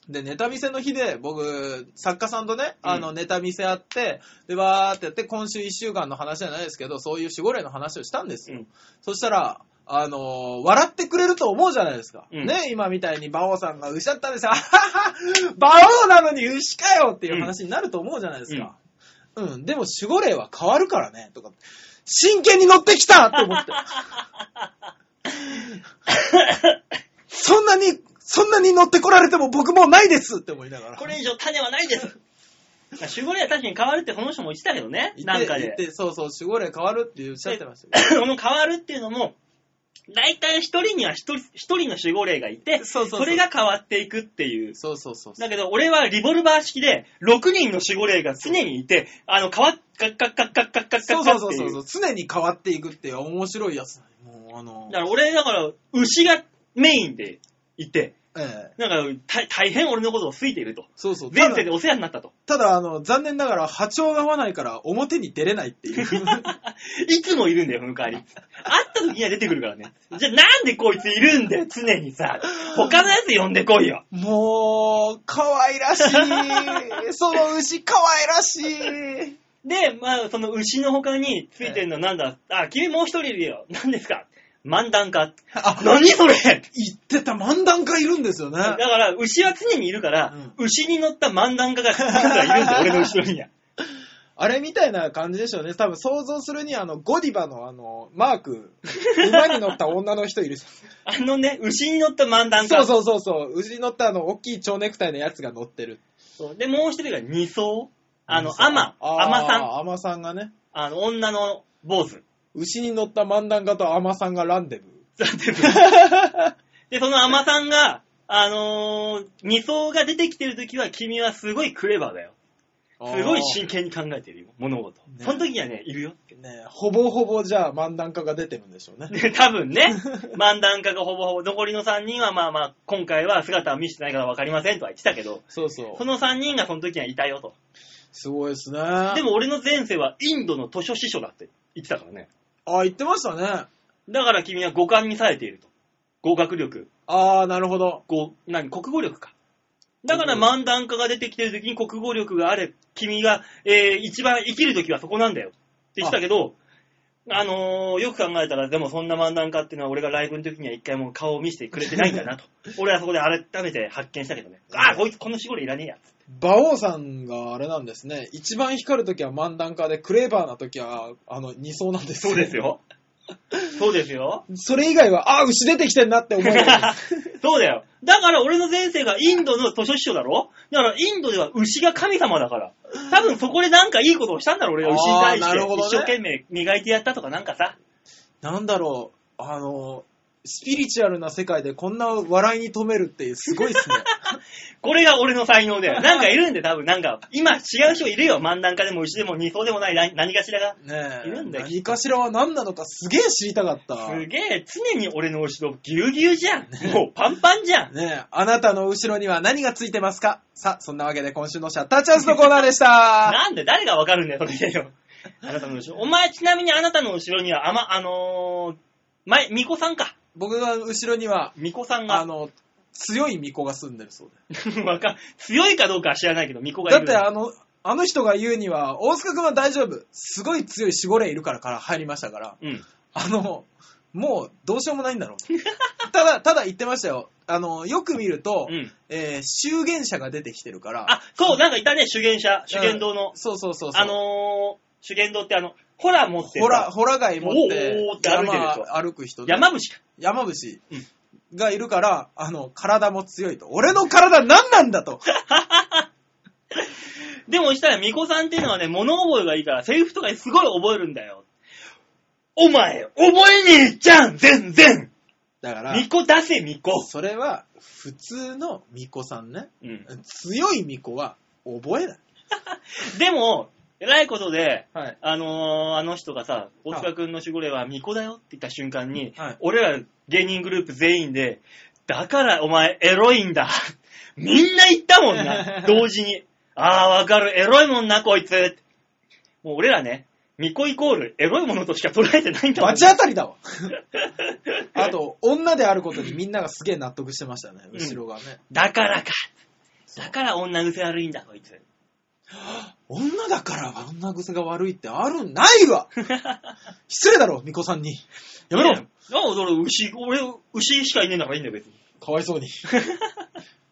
Speaker 3: で、ネタ見せの日で、僕、作家さんとね、
Speaker 2: うん
Speaker 3: あの、ネタ見せあって、で、わーってやって、今週1週間の話じゃないですけど、そういう守護霊の話をしたんですよ。
Speaker 2: うん
Speaker 3: そしたら、あのー笑ってくれると思うじゃないですか。
Speaker 2: うん
Speaker 3: ね、今みたいに馬王さんが牛だったんですよ。あはは馬王なのに牛かよっていう話になると思うじゃないですか。うん、でも守護霊は変わるからね、とか。真剣に乗ってきたと思
Speaker 2: <laughs>
Speaker 3: って。そんなに、そんなに乗ってこられても僕もうないですって思いながら。
Speaker 5: これ以上種はないです。
Speaker 2: まあ守護霊は確かに変わるってこの人も言ってたけどね。
Speaker 3: 言って
Speaker 2: なんか
Speaker 3: 言っ
Speaker 2: で。
Speaker 3: てそうそう、守護霊変わるって言っちゃってましたけ
Speaker 2: この変わるっていうのも、大体一人には一人一人の守護霊がいて、
Speaker 3: ど。そうそうそう。
Speaker 2: それ、が変わっていくっていう。
Speaker 3: そうそうそう。
Speaker 2: だけど、俺はリボルバー式で、6人の守護霊が常にいて、あの、変わっ、カッカッカッカッカッカッカ
Speaker 3: そ
Speaker 2: ッ
Speaker 3: う
Speaker 2: カ
Speaker 3: そ
Speaker 2: ッ
Speaker 3: うそう
Speaker 2: って
Speaker 3: そ
Speaker 2: いうう。
Speaker 3: 常に変わっていくっていう面白いやつ。もうあの
Speaker 2: だか、ら俺、だから、牛がメインでいて、
Speaker 3: ええ、
Speaker 2: なんか、大大変俺のことを好いていると。
Speaker 3: そうそう。た
Speaker 2: 前世
Speaker 3: だ
Speaker 2: で、お世話になったと。 <laughs>
Speaker 3: ただあの、残念ながら波長が合わないから表に出れないっていう。
Speaker 2: <laughs> いつもいるんだよ、その代わり。会った時には出てくるからね。じゃあなんでこいついるんだよ、常にさ。他のやつ呼んでこいよ。
Speaker 3: もう、可愛
Speaker 2: <laughs>
Speaker 3: らしい。その牛可愛らしい。
Speaker 2: で、まあ、その牛の他についてるのなんだ、あ、君もう一人いるよ。何ですか漫談家。
Speaker 3: あ、
Speaker 2: 何それ
Speaker 3: 言ってた漫談家いるんですよね。
Speaker 2: だから、牛は常にいるから、牛に乗った漫談家がいるんだよ、俺の後ろには。
Speaker 3: あれみたいな感じでしょうね。多分想像するにあの、ゴディバのあの、マーク、馬に乗った女の人いるじ
Speaker 2: あのね、牛に乗った漫
Speaker 3: ゃ
Speaker 2: 談
Speaker 3: ん。
Speaker 2: 家。
Speaker 3: そうそうそうそう。牛に乗ったあの、大きい蝶ネクタイのやつが乗ってる。
Speaker 2: そうで、もう一人が二層。あの、
Speaker 3: ア
Speaker 2: ア
Speaker 3: マ
Speaker 2: マ、アマさん。
Speaker 3: ん。アマさんがね。
Speaker 2: あの、女の坊 <laughs> 主。
Speaker 3: 牛に乗った漫談家とアマさんがランデブー。
Speaker 2: で、そのアマさんが、あのー、二層が出てきてるときは、君はすごいクレバーだよ。すごい真剣に考えてるよ、物事。
Speaker 3: ね
Speaker 2: その時にはね、いるよ。
Speaker 3: あーねほぼほぼじゃあ漫談家が出てるんでしょうね。
Speaker 2: ね、多分 <laughs> ね、漫談家がほぼほぼ、残りの3人はまあまあ、今回は姿は見せてないから分かりませんとは言ってたけど、
Speaker 3: そうそ。
Speaker 2: そうの3人がその時にはいたよと。
Speaker 3: すごいですね。
Speaker 2: でも俺の前世はインドの図書司書だって言ってたからね。
Speaker 3: あ、言ってましたね。
Speaker 2: だから君は五感に冴えていると。語学力、
Speaker 3: あー、なるほど。
Speaker 2: 語、何、国語力か。だから漫談家が出てきてる時に国語力があれ、君が、えー一番生きる時はそこなんだよって言ってたけど、あのーよく考えたら、でもそんな漫談家っていうのは俺がライブの時には一回も顔を見せてくれてないんだな <laughs> と。俺はそこで改めて発見したけどね。ああ、こいつこの絞りいらねえや。
Speaker 3: 馬王さんがあれなんですね。一番光るときは漫談家で、クレーバーなときは、あの、二層なんです
Speaker 2: そうです。よ。 <laughs> そうですよ。
Speaker 3: それ以外は、あ、牛出てきてんなって思います
Speaker 2: <laughs> そうだよ。だから俺の前世がインドの図書師匠だろだからインドでは牛が神様だから。多分そこでなんかいいことをしたんだろ、俺が牛に対し
Speaker 3: あーな
Speaker 2: て。
Speaker 3: るほどね
Speaker 2: 一生懸命磨いてやったとかなんかさ。
Speaker 3: なんだろう、あの、スピリチュアルな世界でこんな笑いに止めるってすごいっ
Speaker 2: <laughs>
Speaker 3: すね。
Speaker 2: これが俺の才能だよ。なんかいるんで多分なんか、今違う人いるよ。漫談家でも牛でも二層でもないな何かしらが。
Speaker 3: ねえ。
Speaker 2: いるんだよ
Speaker 3: 何かしらは何なのかすげえ知りたかった。
Speaker 2: す
Speaker 3: ね
Speaker 2: げえ、常に俺の後ろギュうギュうじゃん。もうパンパンじゃん。
Speaker 3: え、あなたの後ろには何がついてますかさあ、そんなわけで今週のシャッターチャンスのコーナーでした。
Speaker 2: なんで誰がわかるんだよ、それでよ。あなたの後ろ。お前ちなみにあなたの後ろには、あま、あのー、前、巫女さんか。
Speaker 3: 僕が後ろには、
Speaker 2: 巫女さんが
Speaker 3: あ。の、強い巫女が住んでるそうで。
Speaker 2: <laughs> わかん強いかどうかは知らないけど、巫女が
Speaker 3: だ
Speaker 2: い
Speaker 3: っ
Speaker 2: る。
Speaker 3: てあの、あの人が言うには、大塚君は大丈夫。すごい強い守護霊いるからから入りましたから、
Speaker 2: うん。
Speaker 3: あの、もうどうしようもないんだろう。 <laughs> ただ、ただ言ってましたよ。あの、よく見ると、
Speaker 2: うん。
Speaker 3: えー、修験者が出てきてるから、
Speaker 2: あ、そう、なんかいたね、修験者、修験堂の。
Speaker 3: そうそうそうそう。
Speaker 2: あのー、修験堂ってあの、ホラー持ってる
Speaker 3: ほら、ほら貝持って
Speaker 2: おーおーって歩いてる人
Speaker 3: 山歩く人で
Speaker 2: 山伏か。
Speaker 3: 山伏がいるから、あの、体も強いと。俺の体何なんだと。
Speaker 2: でもしたら、巫女さんっていうのはね、物覚えがいいから、セリフとかすごい覚えるんだよ。お前、覚えねえじゃん全然
Speaker 3: だから、
Speaker 2: 巫女出せ、巫女。
Speaker 3: それは普通の巫女さんね。
Speaker 2: うん。
Speaker 3: 強い巫女は覚えない。
Speaker 2: でも、偉いことで、
Speaker 3: はい。
Speaker 2: あのー、あの人がさ、大塚君の守護霊は巫女だよって言った瞬間に、
Speaker 3: はい
Speaker 2: 俺ら芸人グループ全員で、だからお前エロいんだ。みんな言ったも
Speaker 3: <laughs>
Speaker 2: んな、同時に。ああ、わかる、エロいもんな、こいつ。もう俺らね、巫女イコールエロいものとしか捉えてないんだもん、
Speaker 3: 罰当たり <laughs> だわ。あと、女であることにみんながすげえ納得してましたね、
Speaker 2: ん
Speaker 3: 後ろがね。
Speaker 2: だからか。だから女癖悪いんだ、こいつ。
Speaker 3: 女だから女癖が悪いってあるんないわ失礼だろ、巫女さんに。やめろ、
Speaker 2: ねえなんだ俺、牛、俺、牛しかいねえんだからいいんだよ、別に。
Speaker 3: かわい <laughs> そうに。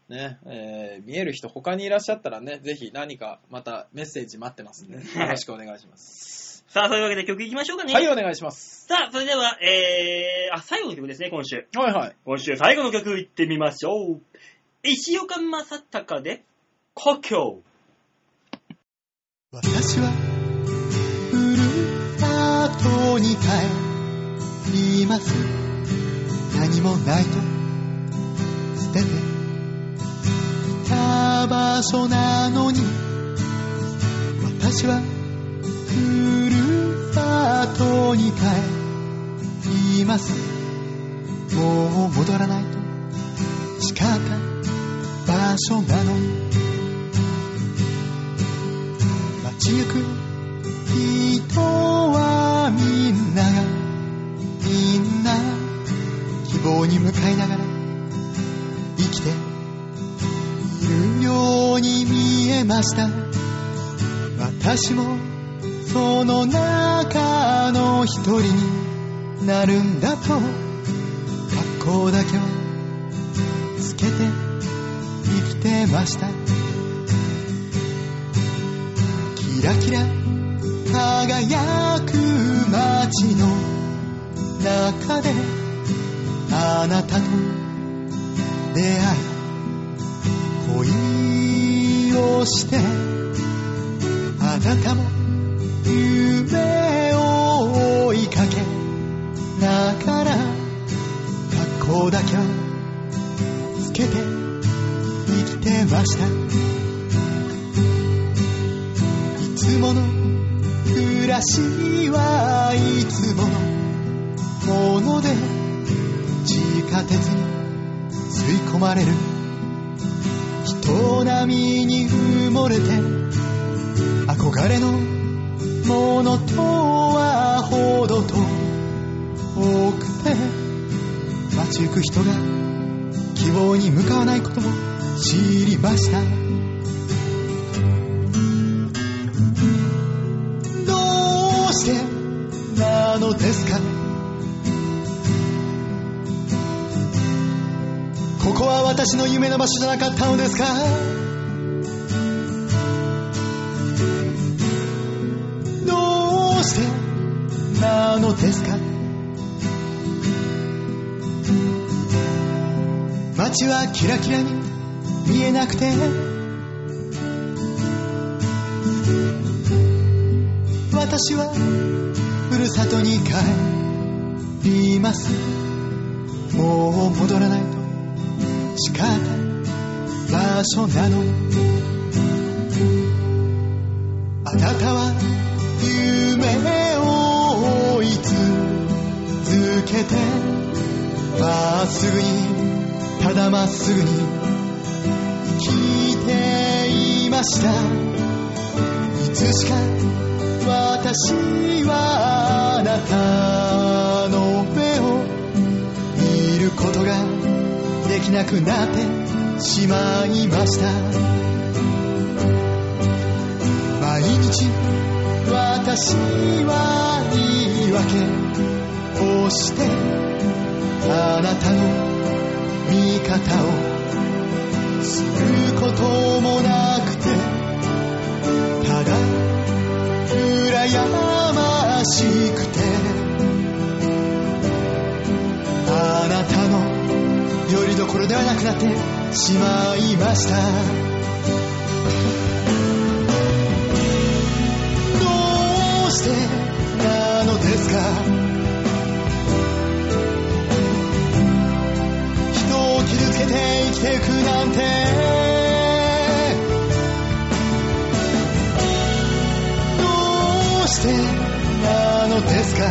Speaker 3: ね、えー見える人他にいらっしゃったらね、ぜひ何かまたメッセージ待ってますんで、よろしくお願いします。
Speaker 2: さあ、そういうわけで曲いきましょうかね。
Speaker 3: はい、お願いします。
Speaker 2: さあ、それでは、えー、あ、最後の曲ですね、今週。
Speaker 3: はいはい。
Speaker 2: 今週最後の曲いってみましょう。石岡正隆で、故郷。
Speaker 4: 私はふるさとに帰ります何もないと捨てていた場所なのに私はふるさとに帰りますもう戻らないと誓った場所なのに街行く人はみんながみんな希望に向かいながら生きているように見えました私もその中の一人になるんだと格好だけをつけて生きてましたキラキラ輝く街の中であなたと出会い恋をしてあなたも夢を追いかけながら格好だけをつけて生きてましたいつもの暮らしはいつものもので地下鉄に吸い込まれる人波に埋もれて憧れのものとはほど遠くて街行く人が希望に向かわないことも知りましたどうしてなのですかここは私の夢の場所じゃなかったのですかどうしてなのですか街はキラキラに見えなくて私はふるさとに帰りますもう戻らないと仕方場所なのあなたは夢を追い続けてまっすぐにただまっすぐに生きていましたいつしか私はあなたの目を見ることができなくなってしまいました日私は言い訳をしてあなたの味方をすることもなくてただ羨ましくてあなたのよりどころではなくなってしまいましたどうしてなのですか人を傷つけて生きていくなんてどうしてなのですか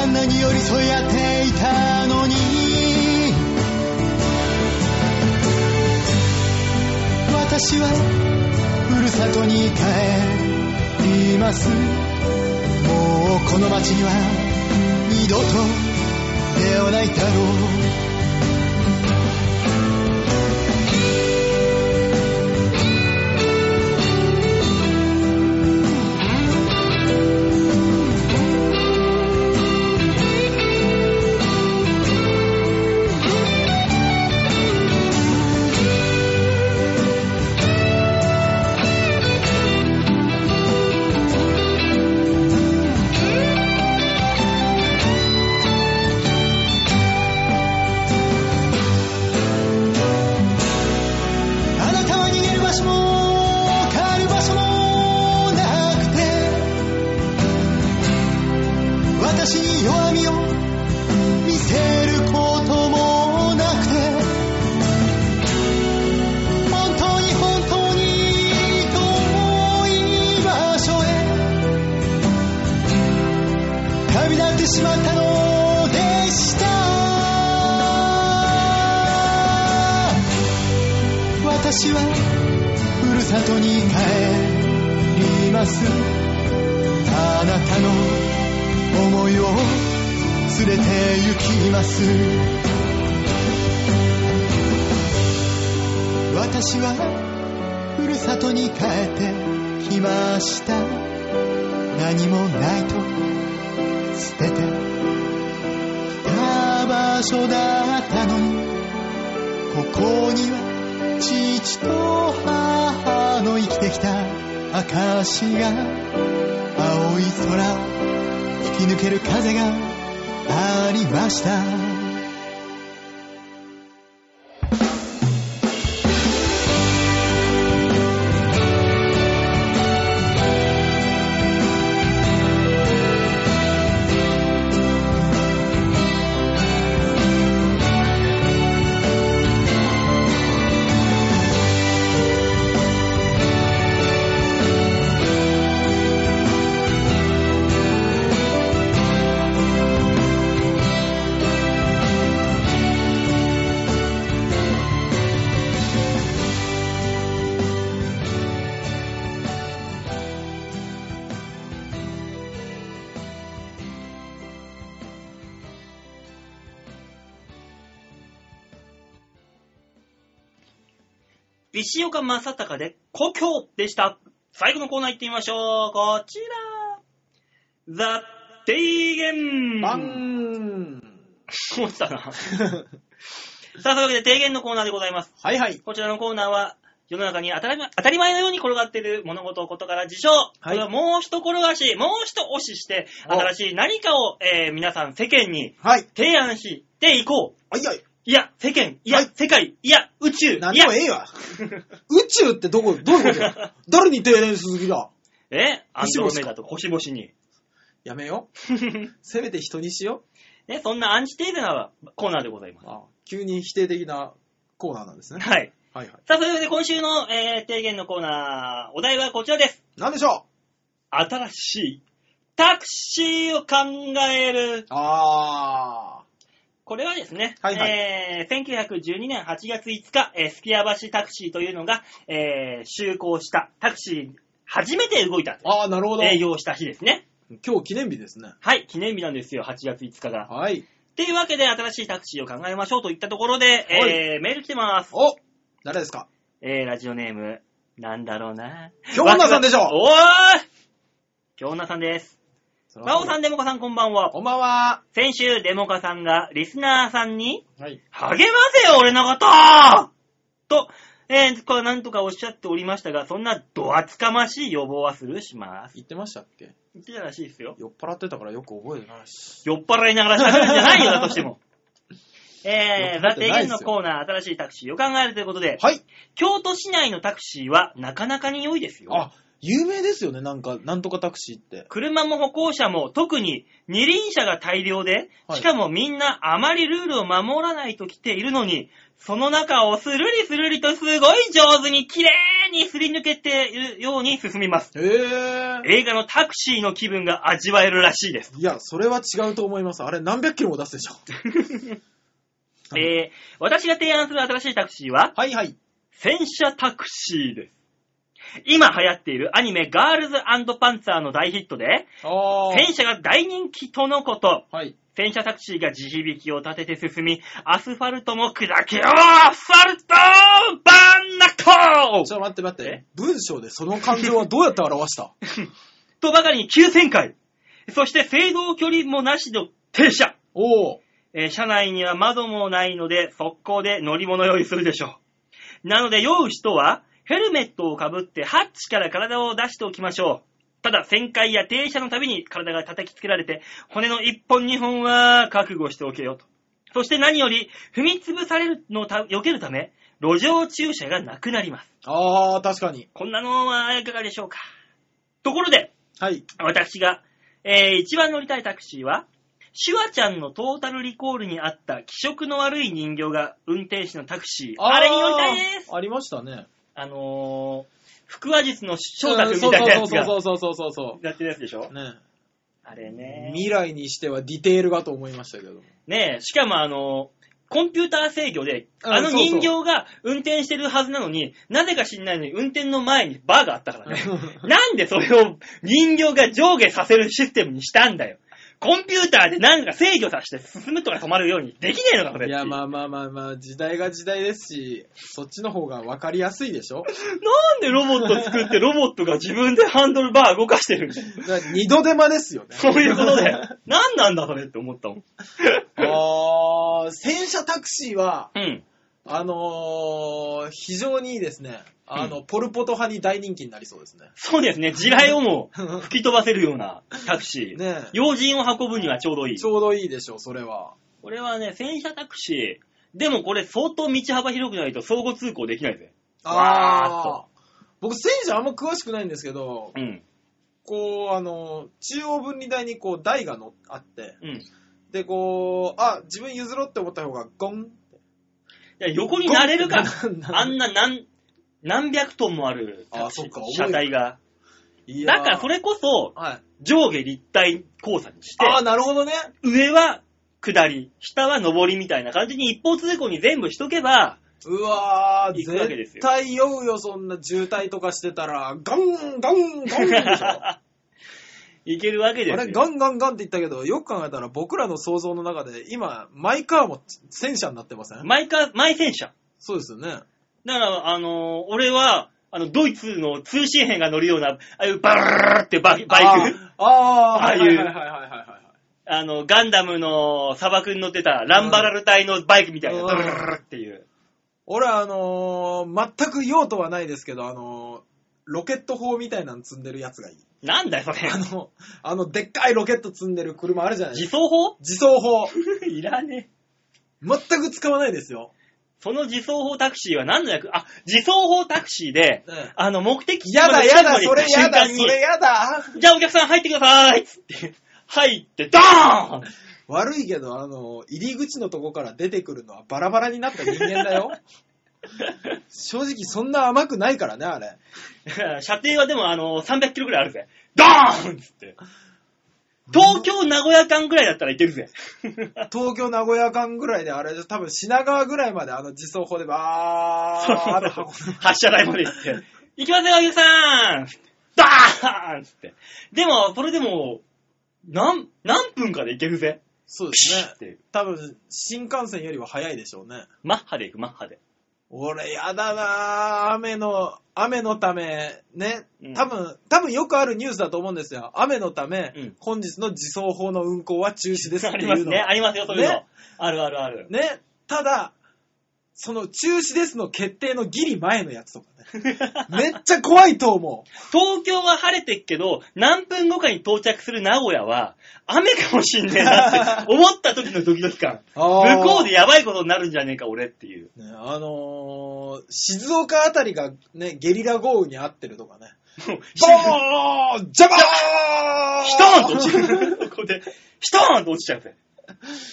Speaker 4: あんなに寄り添い合っていたのに私はふるさとに帰りますもうこの街には二度と出はないだろうあなたは逃げる場所も帰る場所もなくて私に弱みを見せることもなくて本当に本当に遠い場所へ旅立ってしまったのでした私はふるさとに帰りますあなたの思いを連れて行きます私はふるさとに帰ってきました何もないと捨ててきた場所だったのにここには父と母の生きてきた証が青い空を吹き抜ける風がありました
Speaker 2: 石岡正隆で故郷でした。最後のコーナー行ってみましょう。こちら。ザ・提言。
Speaker 3: バン
Speaker 2: 落ちたな。 <laughs> さあ、というわけで提言のコーナーでございます。
Speaker 3: はいはい。
Speaker 2: こちらのコーナーは、世の中に当たり前当たり前のように転がっている物事を事から事象、これはもう一転がし、もう一押しして、
Speaker 3: お
Speaker 2: 新しい何かを、えー皆さん世間に
Speaker 3: はい。
Speaker 2: 提案していこう。
Speaker 3: はいはい。
Speaker 2: いや、世間、いや、
Speaker 3: はい
Speaker 2: 世界、いや、宇宙、
Speaker 3: 何
Speaker 2: い
Speaker 3: で
Speaker 2: や
Speaker 3: も、ええわ。宇宙ってどこ、どういうこと <laughs> よ誰に定年する気だ
Speaker 2: <laughs> えアンドロメダと星々に。
Speaker 3: やめよう。せめて人にしよ
Speaker 2: <laughs> ね、そんなアンチテーゼなコーナーでございま
Speaker 3: う。あ急に否定的なコーナーなんですね
Speaker 2: す。。はい。
Speaker 3: はいはい。
Speaker 2: さあ、というわけで今週の、えー提言のコーナー、お題はこちらです。
Speaker 3: なんでしょ
Speaker 2: 新しいタクシーを考える
Speaker 3: う。あ
Speaker 2: これはですね、
Speaker 3: はいはい
Speaker 2: えー1912年8月5日、えー、スキヤ橋タクシーというのが、えー就航した、タクシー、初めて動いた、
Speaker 3: ー。あー、なるほど。
Speaker 2: 営業した日ですね。
Speaker 3: 今日記念日ですね。
Speaker 2: はい、記念日なんですよ、8月5日が。
Speaker 3: はい。
Speaker 2: っていうわけで、新しいタクシーを考えましょうといったところで、えーメール来てます。
Speaker 3: <laughs> お誰ですか
Speaker 2: ええー、ラジオネーム、なんだろうな。
Speaker 3: 京女さんでしょ
Speaker 2: ワクワクおーい京女さんです。バオさん、デモカさんこんばんは。
Speaker 3: こんばんは。
Speaker 2: 先週、デモカさんがリスナーさんに、
Speaker 3: はい。
Speaker 2: 励ませよ、俺のことと、えー、これなんとかおっしゃっておりましたが、そんなど厚かましい予防はスルーします。
Speaker 3: 言ってましたっけ
Speaker 2: 言ってたらしいですよ。
Speaker 3: 酔っ払ってたからよく覚えてないし。
Speaker 2: 酔っ払いながら喋るんじゃないよ、だとしても。 <laughs> え
Speaker 3: 酔っ払
Speaker 2: ー、ザ・
Speaker 3: ってない
Speaker 2: 提
Speaker 3: っすよ
Speaker 2: 言のコーナー、新しいタクシーを考えるということで、
Speaker 3: はい。
Speaker 2: 京都市内のタクシーはなかなかに良いですよ。
Speaker 3: あ、有名ですよね、なんか、なんとかタクシーって。
Speaker 2: 車も歩行者も特に二輪車が大量で、
Speaker 3: はい
Speaker 2: しかもみんなあまりルールを守らないと来ているのに、その中をスルリスルリとすごい上手に綺麗にすり抜けているように進みます。
Speaker 3: へえ。
Speaker 2: 映画のタクシーの気分が味わえるらしいです。
Speaker 3: いや、それは違うと思います。あれ、何百キロも出すでしょ。はい
Speaker 2: えー、私が提案する新しいタクシーは、
Speaker 3: はいはい。
Speaker 2: 戦車タクシーです。今流行っているアニメガールズパンツァーの大ヒットで、
Speaker 3: あ
Speaker 2: 戦車が大人気とのこと。
Speaker 3: はい。
Speaker 2: 戦車タクシーが地響きを立てて進み、アスファルトも砕けようアスファルトバンナコ
Speaker 3: ちょっと待って待って
Speaker 2: え。
Speaker 3: 文章でその感情はどうやって表
Speaker 2: <laughs>
Speaker 3: した
Speaker 2: とばかりに急旋回そして制動距離もなしの停車
Speaker 3: おお。
Speaker 2: えー車内には窓もないので、速攻で乗り物用意するでしょう。なので、酔う人は、ヘルメットをかぶって、ハッチから体を出しておきましょう。ただ、旋回や停車のたびに体が叩きつけられて、骨の1本2本は覚悟しておけよと。そして何より、踏み潰されるのをた避けるため、路上駐車がなくなります。
Speaker 3: あー、確かに。
Speaker 2: こんなのはいかがでしょうか。ところで、
Speaker 3: はい。
Speaker 2: 私が、えー一番乗りたいタクシーは、シュワちゃんのトータルリコールにあった気色の悪い人形が運転手のタクシー。あれに乗りたいです
Speaker 3: あーありましたね。
Speaker 2: あのー、腹話術の翔太君みたいなやつが
Speaker 3: そうそうそうそうそうそう
Speaker 2: やってるやつでし
Speaker 3: そ
Speaker 2: ょ
Speaker 3: う。ね
Speaker 2: あれね。
Speaker 3: 未来にしてはディテールがと思いましたけども。
Speaker 2: ねえ、しかもあのー、コンピューター制御で、
Speaker 3: うん
Speaker 2: あの
Speaker 3: そうそ
Speaker 2: 人
Speaker 3: う
Speaker 2: 形が運転してるはずなのに、なぜか知んないのに運転の前にバーがあったからね。なんでそれを人形が上下させるシステムにしたんだよ。コンピューターでなんか制御させて進むとか止まるようにできねえのか、それ。
Speaker 3: いや、ま
Speaker 2: な
Speaker 3: あまあまあまあ、時代が時代ですし、そっちの方が分かりやすいでしょ
Speaker 2: んでロボット作ってロボットが自分でハンドルバー動かしてるんだよ。
Speaker 3: だから二度手間ですよね。
Speaker 2: <laughs> そういうこと
Speaker 3: <laughs>
Speaker 2: で。なんなんだそれって思ったもん。
Speaker 3: あー、戦車タクシーは、
Speaker 2: うん。
Speaker 3: あのー、非常にいいですね。あの、ポルポト派に大人気になりそうですね。
Speaker 2: そうですね、地雷をもう吹き飛ばせるようなタク
Speaker 3: <laughs>
Speaker 2: シー。
Speaker 3: ね
Speaker 2: 要人を運ぶにはちょうどいい
Speaker 3: え。ち。ょうどいいでしょう、それは。
Speaker 2: これはね、戦車タクシー。でもこれ相当道幅広くないと相互通行できないぜ。わーっ
Speaker 3: あ
Speaker 2: と
Speaker 3: ー。僕、戦車あんま詳しくないんですけど、
Speaker 2: うん。
Speaker 3: こう、あの、中央分離帯にこう、台がのあって、
Speaker 2: うん。
Speaker 3: で、こう、あ、自分譲ろうって思った方が、ゴン。
Speaker 2: いや横になれるか
Speaker 3: ゴンってな
Speaker 2: あんな何、何百トンもある
Speaker 3: あそっか
Speaker 2: 車体が。
Speaker 3: いやー
Speaker 2: だからそれこそ、
Speaker 3: はい。
Speaker 2: 上下立体交差にして、
Speaker 3: ああ、なるほどね。
Speaker 2: 上は下り、下は上りみたいな感じに一方通行に全部しとけば、
Speaker 3: うわー、
Speaker 2: 行くわけです
Speaker 3: 絶
Speaker 2: よ
Speaker 3: 対酔うよ、そんな渋滞とかしてたら、ガン、ガン、
Speaker 2: <laughs>
Speaker 3: ガンでしょ。あ
Speaker 2: いけるわけですよ。
Speaker 3: れ、ガンガンガンって言ったけど、よく考えたら僕らの想像の中で、今、マイカーも戦車になってません
Speaker 2: マイカー、マイ戦車。
Speaker 3: そうですよね。
Speaker 2: だから、あのー俺は、あの、ドイツの通信兵が乗るような、ああいうバーってバイバイク、
Speaker 3: あーあー、
Speaker 2: ああいう
Speaker 3: はいはいはいはいはいはい。
Speaker 2: あの、ガンダムの砂漠に乗ってたランバラル隊のバイクみたいな、
Speaker 3: うん
Speaker 2: ブルルルルっていう。
Speaker 3: 俺はあのー、全く用途はないですけど、あのー、ロケット砲みたいなの積んでるやつがいい。 <laughs>
Speaker 2: なんだよ、それ
Speaker 3: あ。の、あの、でっかいロケット積んでる車あるじゃないです
Speaker 2: 自
Speaker 3: か。
Speaker 2: 走砲
Speaker 3: 自走砲。
Speaker 2: いらねえ。
Speaker 3: 全く使わないですよ。
Speaker 2: その自走砲タクシーは何の役あ、自走砲タクシーで、
Speaker 3: うん
Speaker 2: あの、目的地
Speaker 3: やだやだ、
Speaker 2: まで
Speaker 3: それ
Speaker 2: 近
Speaker 3: や
Speaker 2: くま
Speaker 3: だ、
Speaker 2: で
Speaker 3: それやだ。
Speaker 2: にじゃあお客さん入ってくださいっつって、入って、ドーン
Speaker 3: 悪いけど、あの、入り口のとこから出てくるのはバラバラになった人間だ <laughs> よ。正直そんな甘くないからね、あれ。
Speaker 2: <laughs> 射程はでもあの、300キロぐらいあるぜ。ドーンっつって。東京、名古屋間ぐらいだったらいけるぜ。
Speaker 3: 東京名古屋間ぐらいで、あれ、多分品川ぐらいまであの自走砲でバ
Speaker 2: そう
Speaker 3: ーって運んで
Speaker 2: 発射台まで行って。行きますよ、お客さんドーンっつって。でも、それでも、何、何分かで行けるぜ。
Speaker 3: そうで
Speaker 2: ピシ
Speaker 3: す
Speaker 2: ッ
Speaker 3: ね。
Speaker 2: ていう。
Speaker 3: 多分、新幹線よりは早いでしょうね。
Speaker 2: マッハで行く、マッハで。
Speaker 3: 俺、やだなぁ雨の、雨のため、ね
Speaker 2: うん、
Speaker 3: 多分、多分よくあるニュースだと思うんですよ。雨のため、
Speaker 2: うん
Speaker 3: 本日の自走法の運行は中止ですっ
Speaker 2: あ
Speaker 3: て
Speaker 2: り
Speaker 3: い
Speaker 2: ま
Speaker 3: う
Speaker 2: す
Speaker 3: の。
Speaker 2: ね。ありますよ、そういうの
Speaker 3: ね。
Speaker 2: あるあるある。
Speaker 3: ね、ただ、その中止ですの決定のギリ前のやつとか <laughs> ね。めっちゃ怖いと思う。
Speaker 2: 東京は晴れてっけど、何分後かに到着する名古屋は、雨かもしんねえなって思った時のドキドキ感。向こうでやばいことになるんじゃねえか、俺っていう。
Speaker 3: ね、あのー、静岡あたりがね、ゲリラ豪雨に遭ってるとかね。ボーンジャバーン
Speaker 2: ひとーんと落ちる。ここで、ひとーんと落ちちゃうぜ。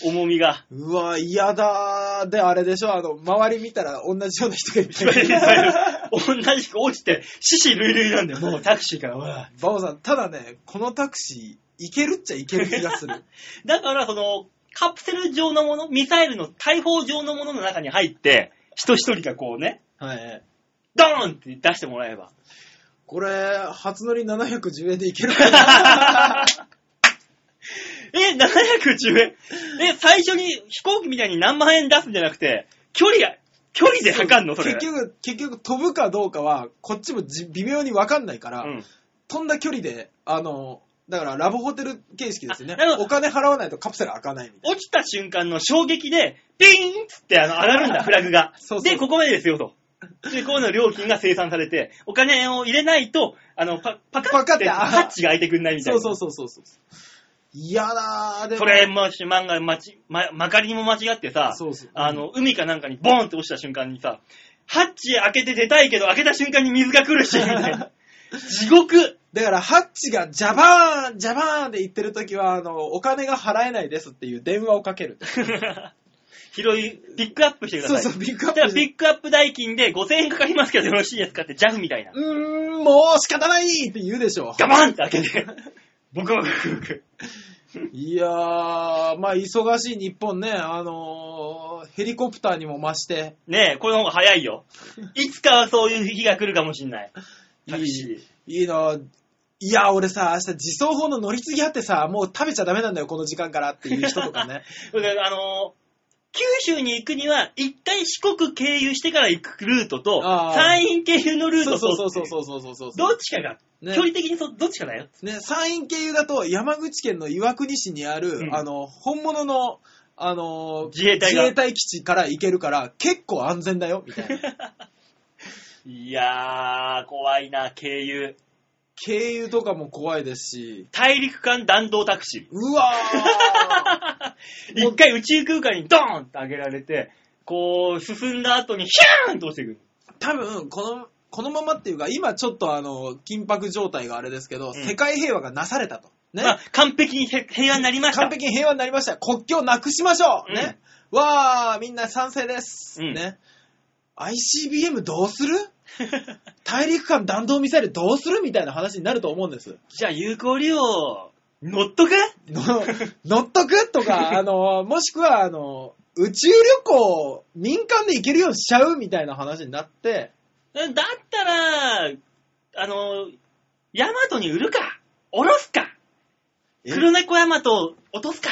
Speaker 2: 重みが。
Speaker 3: うわ、嫌だー。で、あれでしょ、あの、周り見たら同じような人がいっ
Speaker 2: いわ
Speaker 3: ぱい
Speaker 2: ゆ
Speaker 3: い
Speaker 2: るい
Speaker 3: る。
Speaker 2: わ
Speaker 3: <laughs>
Speaker 2: ゆる同じく落ちて、死死類類なんだよ。もうタクシーから、うわ
Speaker 3: バオさん、ただね、このタクシー、いけるっちゃいける気がする。
Speaker 2: だから、その、カプセル状のもの、ミサイルの大砲状のものの中に入って、人一人がこうね、
Speaker 3: <laughs> はい。
Speaker 2: ドーンって出してもらえば。
Speaker 3: これ、初乗り710円でいけ <laughs> るかな
Speaker 2: え、710円え、最初に飛行機みたいに何万円出すんじゃなくて、距離が、距離で測んのそれ。
Speaker 3: 結局、結局飛ぶかどうかは、こっちもじ微妙にわかんないから、
Speaker 2: うん。
Speaker 3: 飛んだ距離で、あの、だからラブホテル形式ですよね
Speaker 2: あなるほ。ど
Speaker 3: お金払わないとカプセル開かないみたい
Speaker 2: 落ちた瞬間の衝撃で、ピーンっつってあの上がるんだ、フラグが。
Speaker 3: そうそう
Speaker 2: で、ここまでですよと。で、こういうの料金が生産されて、お金を入れないと、あの、パパカ
Speaker 3: パカ
Speaker 2: ッ
Speaker 3: ッ
Speaker 2: て
Speaker 3: て
Speaker 2: パッチが開いてくんない
Speaker 3: な。
Speaker 2: みたい
Speaker 3: そ
Speaker 2: な。
Speaker 3: うそうそうそうそう。嫌だー、でも。
Speaker 2: それ、もし、漫画、まち、ま、まかりにも間違ってさ、
Speaker 3: そうそう
Speaker 2: あの、海かなんかにボーンって落ちた瞬間にさ、ハッチ開けて出たいけど、開けた瞬間に水が来るし、みたい
Speaker 3: <laughs>
Speaker 2: な。地獄 <laughs>
Speaker 3: だから、ハッチがジャバーン、ジャバーンで言ってるときは、あの、お金が払えないですっていう電話をかける。
Speaker 2: 広い、ピックアップしてくだ
Speaker 3: そ
Speaker 2: さ
Speaker 3: う
Speaker 2: い。
Speaker 3: そう、ピックア
Speaker 2: じゃあ
Speaker 3: ッ
Speaker 2: ピ
Speaker 3: プ。
Speaker 2: ックアップ代金で5000円かかりますけどよろしいですかって JAF みたいな。
Speaker 3: うーん、もう仕方ないって言うでしょ。
Speaker 2: ガバンって開け
Speaker 3: <laughs>
Speaker 2: て、ボクボクボク。
Speaker 3: いやー、まあ、忙しい日本ね、あのー、ヘリコプターにも増して、
Speaker 2: ねえ、これの方が早いよ。いつかはそういう日が来るかもしんない。タクシー。
Speaker 3: いいな。いや、俺さ、明日自走砲の乗り継ぎあってさ、もう食べちゃダメなんだよ、この時間からっていう人とかね。
Speaker 2: それであのー九州に行くには、一回四国経由してから行くルートと、
Speaker 3: あー
Speaker 2: 山陰経由のルー
Speaker 3: そ
Speaker 2: ト
Speaker 3: うそう
Speaker 2: と、
Speaker 3: そうそうそうそうそう
Speaker 2: どっちかが、
Speaker 3: ね
Speaker 2: 距離的にそどっちかだよ。
Speaker 3: ね、山陰経由だと山口県の岩国市にある、
Speaker 2: うん
Speaker 3: あの、本物の、あの、
Speaker 2: 自衛隊が
Speaker 3: 自衛隊基地から行けるから、結構安全だよ、みたいな。
Speaker 2: いやー、怖いな、経由。
Speaker 3: 経由とかも怖いですし、
Speaker 2: 大陸間弾道タクシー。
Speaker 3: うわ
Speaker 2: 一回宇宙空間にドーンって上げられて、こう、進んだ後にヒャーンと落ちてくる。
Speaker 3: ー多分、この、このままっていうか、今ちょっとあの、緊迫状態があれですけど、
Speaker 2: ん
Speaker 3: 世界平和がなされたと。ね。
Speaker 2: まあ、完璧にへ平和になりました。
Speaker 3: 完璧に平和になりました。国境なくしましょう、
Speaker 2: うん
Speaker 3: ね。わー、みんな賛成です。
Speaker 2: うん
Speaker 3: ね。ICBM どうする大陸間弾道ミサイルどうするみたいな話になると思うん <laughs> です。
Speaker 2: じゃあ、有効利用、乗っとく
Speaker 3: の乗っとくとか、あの、もしくは、あの、宇宙旅行、民間で行けるようにしちゃうみたいな話になって、
Speaker 2: だったら、あの、ヤマトに売るか、降ろすか、
Speaker 3: え
Speaker 2: 黒猫ヤマトを落とすか。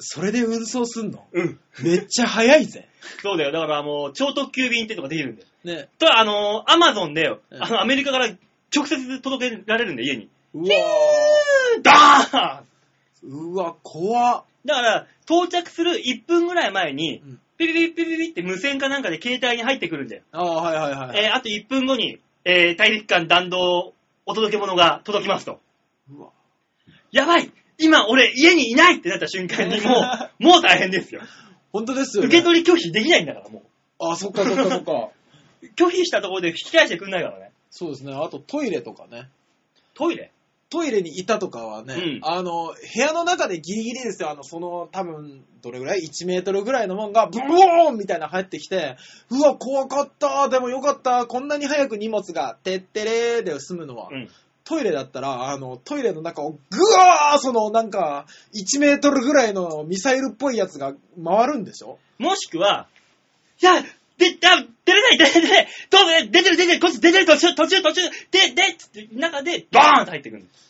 Speaker 3: それで運送すん <laughs> の
Speaker 2: うん。
Speaker 3: めっちゃ早いぜ。
Speaker 2: そうだよ。だからもう、超特急便ってのができるんだよ。
Speaker 3: ね。
Speaker 2: と、あの、アマゾンで、
Speaker 3: うん
Speaker 2: あの、アメリカから直接届けられるんだよ、家に。
Speaker 3: うわ
Speaker 2: ダーン
Speaker 3: ーうわ、怖っ
Speaker 2: だから、到着する1分ぐらい前に
Speaker 3: うん、
Speaker 2: ピピピピピピって無線かなんかで携帯に入ってくるんだよ。
Speaker 3: ああ、はいはいはい。
Speaker 2: えーあと1分後に、えー大陸間弾道お届け物が届きますと。
Speaker 3: うわ
Speaker 2: やばい今俺家にいないってなった瞬
Speaker 3: <laughs>
Speaker 2: 間にもう、もう大変ですよ。
Speaker 3: 本当ですよ、
Speaker 2: 受
Speaker 3: ね。
Speaker 2: け取り拒否できないんだからも
Speaker 3: あ、そっかそっかそっか。
Speaker 2: う。拒否したところで引き返してくんないからね。
Speaker 3: そうですね。あとトイレとかね。
Speaker 2: トイレ
Speaker 3: トイレにいたとかはね、
Speaker 2: うん
Speaker 3: あの、部屋の中でギリギリですよ。あの、その、多分、どれぐらい ?1 メートルぐらいのもんが、ブオーンみたいなの入ってきて、うわ、怖かった。でもよかった。こんなに早く荷物が、てってれーで済むのは。
Speaker 2: うん。
Speaker 3: トイレだったら、あの、トイレの中をぐわーその、なんか、1メートルぐらいのミサイルっぽいやつが回るんでしょ
Speaker 2: もしくは、いや、で、あ、出れない、出れない、どうぞ、出てる、出てる、こっち出てる、途中、途中、途中、で、で、つって、中で、ドーンって入ってくるんです。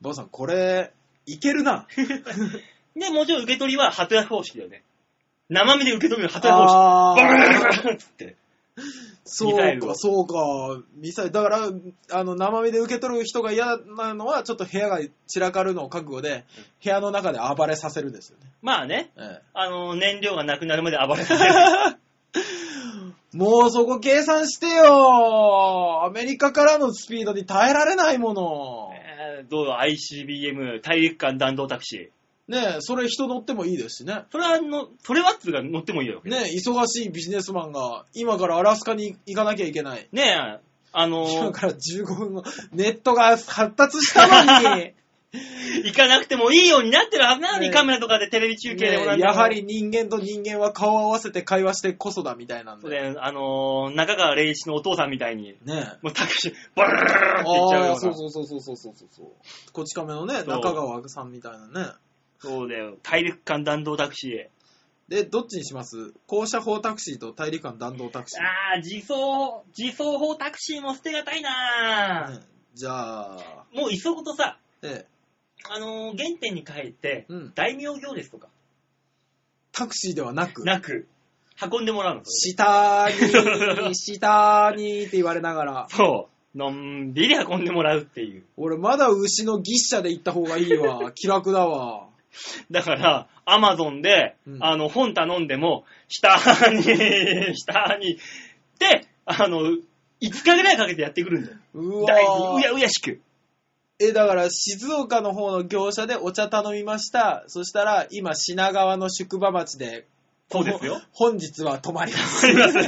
Speaker 3: ばあさん、これ、いけるな。
Speaker 2: <laughs> で、もちろん受け取りは発夜方式だよね。生身で受け止める旗を押
Speaker 3: あ
Speaker 2: して、バ
Speaker 3: ー
Speaker 2: ーンっつって。
Speaker 3: そ
Speaker 2: ミサイ
Speaker 3: う
Speaker 2: ルを
Speaker 3: か、そうか。ミサイル、だから、あの、生身で受け取る人が嫌なのは、ちょっと部屋が散らかるのを覚悟で、部屋の中で暴れさせるですよね。
Speaker 2: まあね、
Speaker 3: え
Speaker 2: あの、燃料がなくなるまで暴れさせ
Speaker 3: <laughs>
Speaker 2: る。
Speaker 3: えもうそこ計算してよアメリカからのスピードに耐えられないもの。
Speaker 2: えーどうよ ICBM、大陸間弾道タクシ
Speaker 3: ねえ、それ人乗ってもいいですしね。
Speaker 2: ー。それはの、それはっつうか乗ってもいいよ。
Speaker 3: ねえ、忙しいビジネスマンが、今からアラスカに行かなきゃいけない。
Speaker 2: ねえ、あの
Speaker 3: 今
Speaker 2: ー、
Speaker 3: から15分後、ネットが発達したの
Speaker 2: <laughs>
Speaker 3: に。
Speaker 2: 行かなくてもいいようになってるはずなのに、
Speaker 3: ね
Speaker 2: カメラとかでテレビ中継でもな
Speaker 3: ね
Speaker 2: んでも
Speaker 3: やはり人間と人間は顔を合わせて会話してこそだみたいなん
Speaker 2: そ
Speaker 3: で。
Speaker 2: れ、あのー、中川礼一のお父さんみたいに、
Speaker 3: ねえ。
Speaker 2: もうタクシー、バラーンって行っちゃう
Speaker 3: あ
Speaker 2: ような。
Speaker 3: あ、そうそうそうそうそうそうそう。こち亀のね、
Speaker 2: う
Speaker 3: 中川さんみたいなね。
Speaker 2: そうだよ。大陸間弾道タクシ
Speaker 3: で、どっちにします降車法タクシーと大陸間弾道タクシ
Speaker 2: ー。ああ、自走、自走法タクシーも捨てがたい
Speaker 3: ー。
Speaker 2: な
Speaker 3: ねじゃあ、
Speaker 2: もういっそことさ、
Speaker 3: ええ
Speaker 2: あのー、原点に帰って、
Speaker 3: うん
Speaker 2: 大名行列とか、
Speaker 3: タクシーではなく、
Speaker 2: なく、運んでもらうの。そ
Speaker 3: 下に、 <laughs> 下にって言われながら、
Speaker 2: れそう。のんびり運んでもらうっていう。
Speaker 3: 俺まだ牛の牛車で行った方がいいわ。気楽だわ。
Speaker 2: だから、アマゾンで、
Speaker 3: うん
Speaker 2: あの、本頼んでも、下に、 <laughs> 下に、で、あの、5日ぐらいかけてやってくるんだよ。
Speaker 3: うわ
Speaker 2: 大事にうやうやしく。
Speaker 3: え、だから、静岡の方の業者でお茶頼みました。そしたら、今、品川の宿場町で、
Speaker 2: そうですよ。
Speaker 3: 本日は泊まります。 <laughs>
Speaker 2: すみません。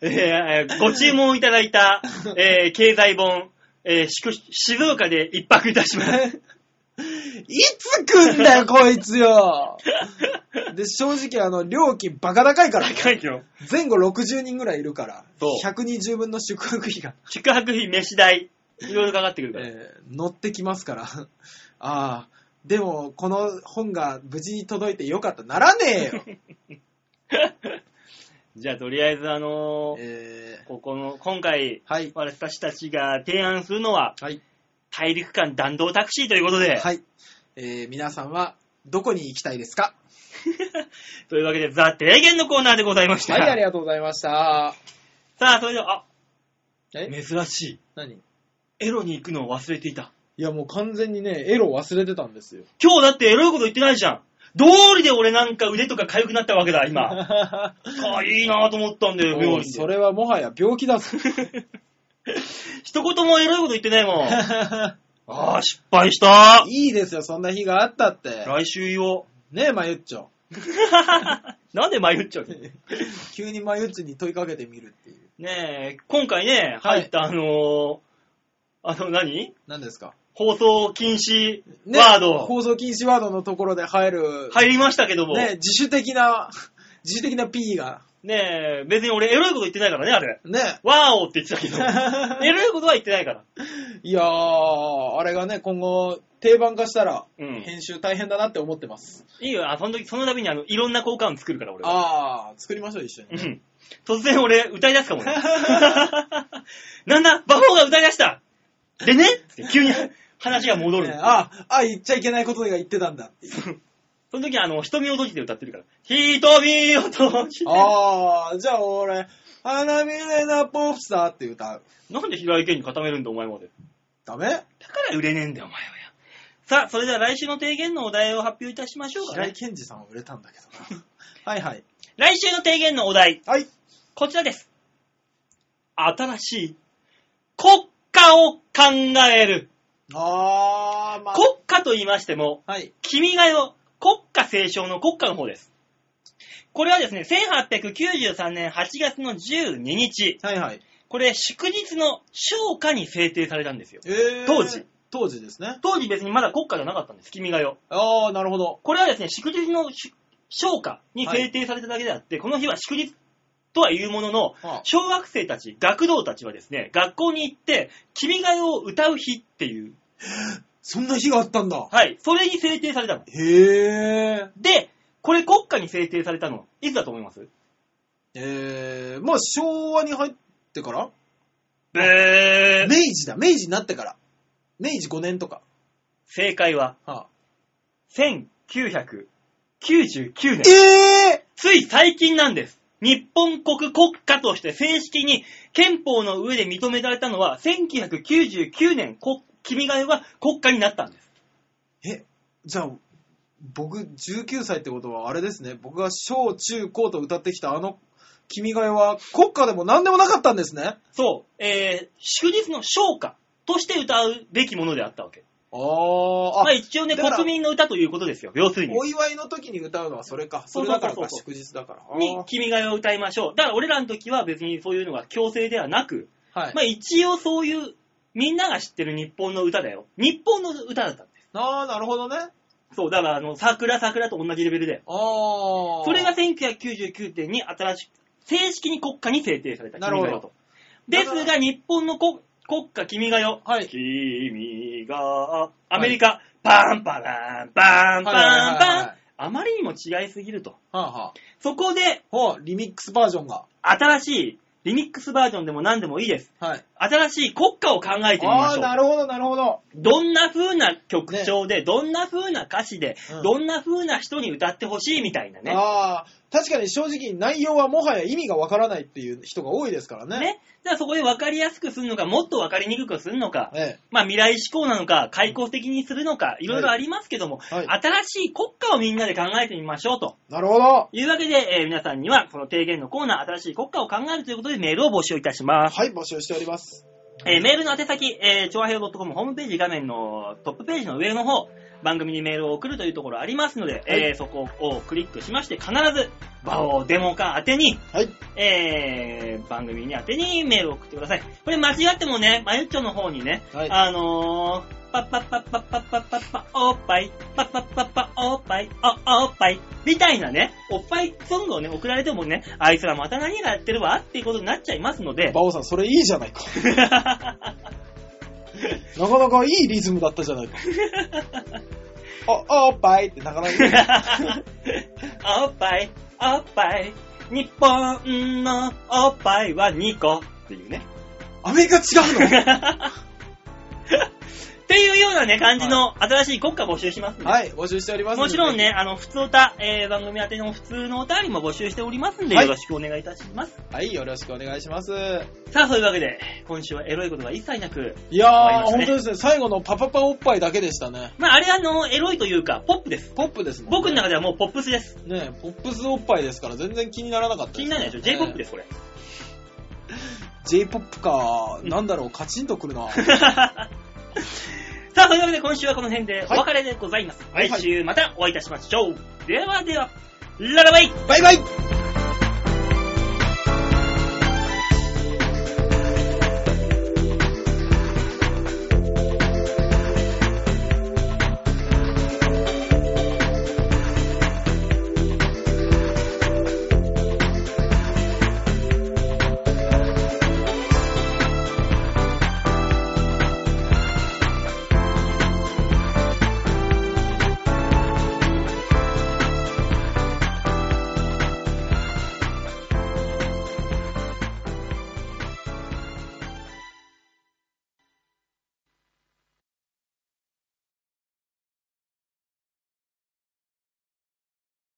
Speaker 2: えーご注文いただいた、えー経済本、えー宿静岡で一泊いたします。
Speaker 3: いつ来んだよ、こいつよで、正直、あの、料金バカ高いからね、
Speaker 2: 高いよ。
Speaker 3: 前後60人ぐらいいるから
Speaker 2: そ、う
Speaker 3: 120分の宿泊費が、
Speaker 2: 宿泊費、飯代、いろいろかかってくるから。
Speaker 3: えー乗ってきますから。ああ、でも、この本が無事に届いてよかった。ならねえ
Speaker 2: <laughs>
Speaker 3: よ。
Speaker 2: じゃあ、とりあえず、あのー
Speaker 3: え
Speaker 2: ここの、今回、
Speaker 3: ーはい。
Speaker 2: 私たちが提案するのは、
Speaker 3: はい。
Speaker 2: 大陸間弾道タクシーということで、
Speaker 3: はい。えー皆さんは、どこに行きたいですか
Speaker 2: というわけで、ザ・提言のコーナーでございました。
Speaker 3: はい、ありがとうございました。
Speaker 2: さあ、それでは、あ、
Speaker 3: え
Speaker 2: 珍しい。
Speaker 3: 何い
Speaker 2: エロに行くのを忘れていた。
Speaker 3: や、もう完全にね、エロ忘れてたんですよ。
Speaker 2: 今日だってエロいこと言ってないじゃん。道理で俺なんか腕とか痒くなったわけだ、今。
Speaker 3: <laughs>
Speaker 2: ああ、いいなぁと思ったんだよ、
Speaker 3: も
Speaker 2: 妙
Speaker 3: う
Speaker 2: に。
Speaker 3: それはもはや病気だぞ。
Speaker 2: <laughs> 一言もエロいこと言ってないもん。
Speaker 3: <laughs>
Speaker 2: ああ、失敗した。
Speaker 3: <laughs> いいですよ、そんな日があったって。
Speaker 2: 来週言おう。
Speaker 3: ねえ、マユッチョ。
Speaker 2: なんで迷っちゃ
Speaker 3: <laughs>
Speaker 2: うの
Speaker 3: 急にマユッチョに問いかけてみるっていう。
Speaker 2: ねえ、今回ね、
Speaker 3: は
Speaker 2: 入
Speaker 3: い
Speaker 2: ったあのー、あの何
Speaker 3: 何ですか、
Speaker 2: 放送禁止
Speaker 3: ね
Speaker 2: ワード、
Speaker 3: 放送禁止ワードのところで入る、
Speaker 2: 入りましたけども、
Speaker 3: ね
Speaker 2: ね
Speaker 3: 自主的な、自主的な P が、
Speaker 2: え、別に俺エロいこと言ってないからね、あれ。
Speaker 3: ね
Speaker 2: ワーオって言
Speaker 3: <laughs>
Speaker 2: ってたけど、エロいことは言ってないから。
Speaker 3: いやー、あれがね、今後、定番化したら、
Speaker 2: うん
Speaker 3: 編集大変だなって思ってます。
Speaker 2: いいよ、あその時、その度にあの、いろんな効果音作るから、俺は。
Speaker 3: あー、作りましょう、一緒に
Speaker 2: う。ん。突然俺、歌い出すかもね。
Speaker 3: <laughs>
Speaker 2: なんだ、バフォーが歌い出したでねって急に
Speaker 3: <laughs>
Speaker 2: 話が戻る。
Speaker 3: ねあ、あ、言っちゃいけないことが言ってたんだっていう。
Speaker 2: その時あの、瞳を閉じて歌ってるから。瞳を閉じ
Speaker 3: <laughs>
Speaker 2: て。
Speaker 3: あ <laughs> あ、じゃあ俺、花見れなポップさーって歌う。
Speaker 2: なんで平井堅に固めるんだ、お前まで。
Speaker 3: ダメ
Speaker 2: だから売れねえんだよ、お前はよ。さあ、それでは来週の提言のお題を発表いたしましょうか
Speaker 3: 平井
Speaker 2: ね。
Speaker 3: 健二さんは売れたんだけどな。 <laughs> はいはい。
Speaker 2: 来週の提言のお題、
Speaker 3: はい。
Speaker 2: こちらです。新しい国家を考える。
Speaker 3: あー、まあ。
Speaker 2: 国家と言いましても、
Speaker 3: はい。
Speaker 2: 君が代、国家斉唱の国家の方です。これはですね、1893年8月の12日、
Speaker 3: はいはい。
Speaker 2: これ祝日の昇華に制定されたんですよ。
Speaker 3: えー
Speaker 2: 当時。
Speaker 3: 当時ですね。
Speaker 2: 当時別にまだ国家じゃなかったんです、君が代。
Speaker 3: あー、なるほど。
Speaker 2: これはですね、祝日の昇華に制定されただけであって、この日は祝日とは言うものの、
Speaker 3: はあ
Speaker 2: 小学生たち、学童たちはですね、学校に行って、君が代を歌う日っていう、
Speaker 3: そんな日があったんだ。
Speaker 2: はい、それに制定されたの。
Speaker 3: へー。
Speaker 2: で、これ国家に制定されたの、いつだと思います
Speaker 3: えー、まあ昭和に入ってから
Speaker 2: え
Speaker 3: 明治だ、明治になってから。明治5年とか。
Speaker 2: 正解は、
Speaker 3: は
Speaker 2: 1992 1999年、
Speaker 3: え
Speaker 2: つい最近なんです。日本国国家として正式に憲法の上で認められたのは、1999年、こ君が代が国家になったんです。
Speaker 3: ー、え、じゃあ、僕19歳ってことはあれですね。僕が小中高と歌ってきたあの君が代は国家でも何でもなかったんですね。
Speaker 2: そう、えー、祝日の昇華として歌うべきものであったわけ。
Speaker 3: あー、あ
Speaker 2: まあ、一応ね、
Speaker 3: だから
Speaker 2: 国民の歌ということですよ、要するに。
Speaker 3: お祝いの時に歌うのはそれか。それだから
Speaker 2: そう
Speaker 3: か、
Speaker 2: そうそ
Speaker 3: 祝日だから。あー
Speaker 2: に、君が代を歌いましょう。だから俺らの時は別にそういうのが強制ではなく、
Speaker 3: はい
Speaker 2: まあ一応そういう、みんなが知ってる日本の歌だよ。日本の歌だったんで
Speaker 3: あー、なるほどね。
Speaker 2: す。そう、だからあの、桜桜と同じレベルだよ。
Speaker 3: あー。
Speaker 2: それが1999年に新しく、正式に国家に制定された。
Speaker 3: なるほど
Speaker 2: 君が代と。です
Speaker 3: だか
Speaker 2: が、日本の国国家君が代。
Speaker 3: はい。
Speaker 2: 君が、アメリカ、パンパラン、パ
Speaker 3: はいは
Speaker 2: ンパン
Speaker 3: いは
Speaker 2: パ
Speaker 3: いは
Speaker 2: ン
Speaker 3: い。
Speaker 2: あまりにも違いすぎると。
Speaker 3: はあ、はあ、
Speaker 2: そこで、
Speaker 3: ほう、リミックスバージョンが。
Speaker 2: 新しいリミックスバージョンでも何でもいいです。
Speaker 3: はい。
Speaker 2: 新しい国歌を考えてみま
Speaker 3: あ
Speaker 2: し
Speaker 3: ー、
Speaker 2: ょ
Speaker 3: な
Speaker 2: う。
Speaker 3: るほど、なるほど。
Speaker 2: どんな風な曲調で、どんな風な歌詞で、
Speaker 3: うん
Speaker 2: どんな風な人に歌ってほしいみたいなね。
Speaker 3: ああ、確かに正直内容はもはや意味がわからないっていう人が多いですからね。
Speaker 2: ね。じゃあそこで分かりやすくするのか、もっと分かりにくくするのか、
Speaker 3: ええ。
Speaker 2: まあ未来志向なのか、開口的にするのか、いろいろありますけども、
Speaker 3: はい
Speaker 2: 新しい国歌をみんなで考えてみましょうと。
Speaker 3: なるほど。
Speaker 2: いうわけで、えー皆さんには、この提言のコーナー、新しい国歌を考えるということでメールを募集いたします。
Speaker 3: はい、募集しております。
Speaker 2: えーメールの宛先、えー、調和平和 .com ホームページ画面のトップページの上の方、番組にメールを送るというところありますので、えーそこをクリックしまして、必ず、バオデモカ宛てに、
Speaker 3: はい。
Speaker 2: えー番組に宛てにメールを送ってください。これ間違ってもね、マユッチョの方にね、
Speaker 3: はい。
Speaker 2: あのー、パッパッパッパッパッパッパッパおっぱい、パッパッパッパおっぱい、お、おっぱい、みたいなね、おっぱいソングをね、送られてもね、あいつらまた何がやってるわっていうことになっちゃいますので、
Speaker 3: バオさん、それいいじゃ <laughs> ないか。なかなかいいリズムだったじゃない <laughs> か。お、おっぱいってなかなか。
Speaker 2: おっぱい、おっぱい、日本のおっぱいは2個っていうね。
Speaker 3: アメリカ違うの
Speaker 2: っていうようなね、感じの新しい国家募集しますんで。
Speaker 3: はい、募集しております。
Speaker 2: もちろん。ね、あの、普通歌、えー、番組宛ての普通のお便りも募集しておりますんで、
Speaker 3: はい
Speaker 2: よろしくお願いいたします。
Speaker 3: はい、よろしくお願いします。
Speaker 2: さあ、そういうわけで、今週はエロいことが一切なく、
Speaker 3: いやー、
Speaker 2: 終わりましたね
Speaker 3: 本当ですね。最後のパパパおっぱいだけでしたね。
Speaker 2: まあ、あれあの、エロいというか、ポップです。
Speaker 3: ポップですもんね。
Speaker 2: 僕の中ではもうポップスです。
Speaker 3: ねポップスおっぱいですから全然気にならなかった
Speaker 2: 気にならないでしょ ?J-POP です、これ。
Speaker 3: すね。J-POP か、なんだろう、カチンとく
Speaker 2: <laughs>
Speaker 3: るな。
Speaker 2: さあ、というわけで今週はこの辺でお別れでございます。
Speaker 3: はい
Speaker 2: 来週またお会いいたしましょう。ではでは、ララバイ
Speaker 3: バイバイ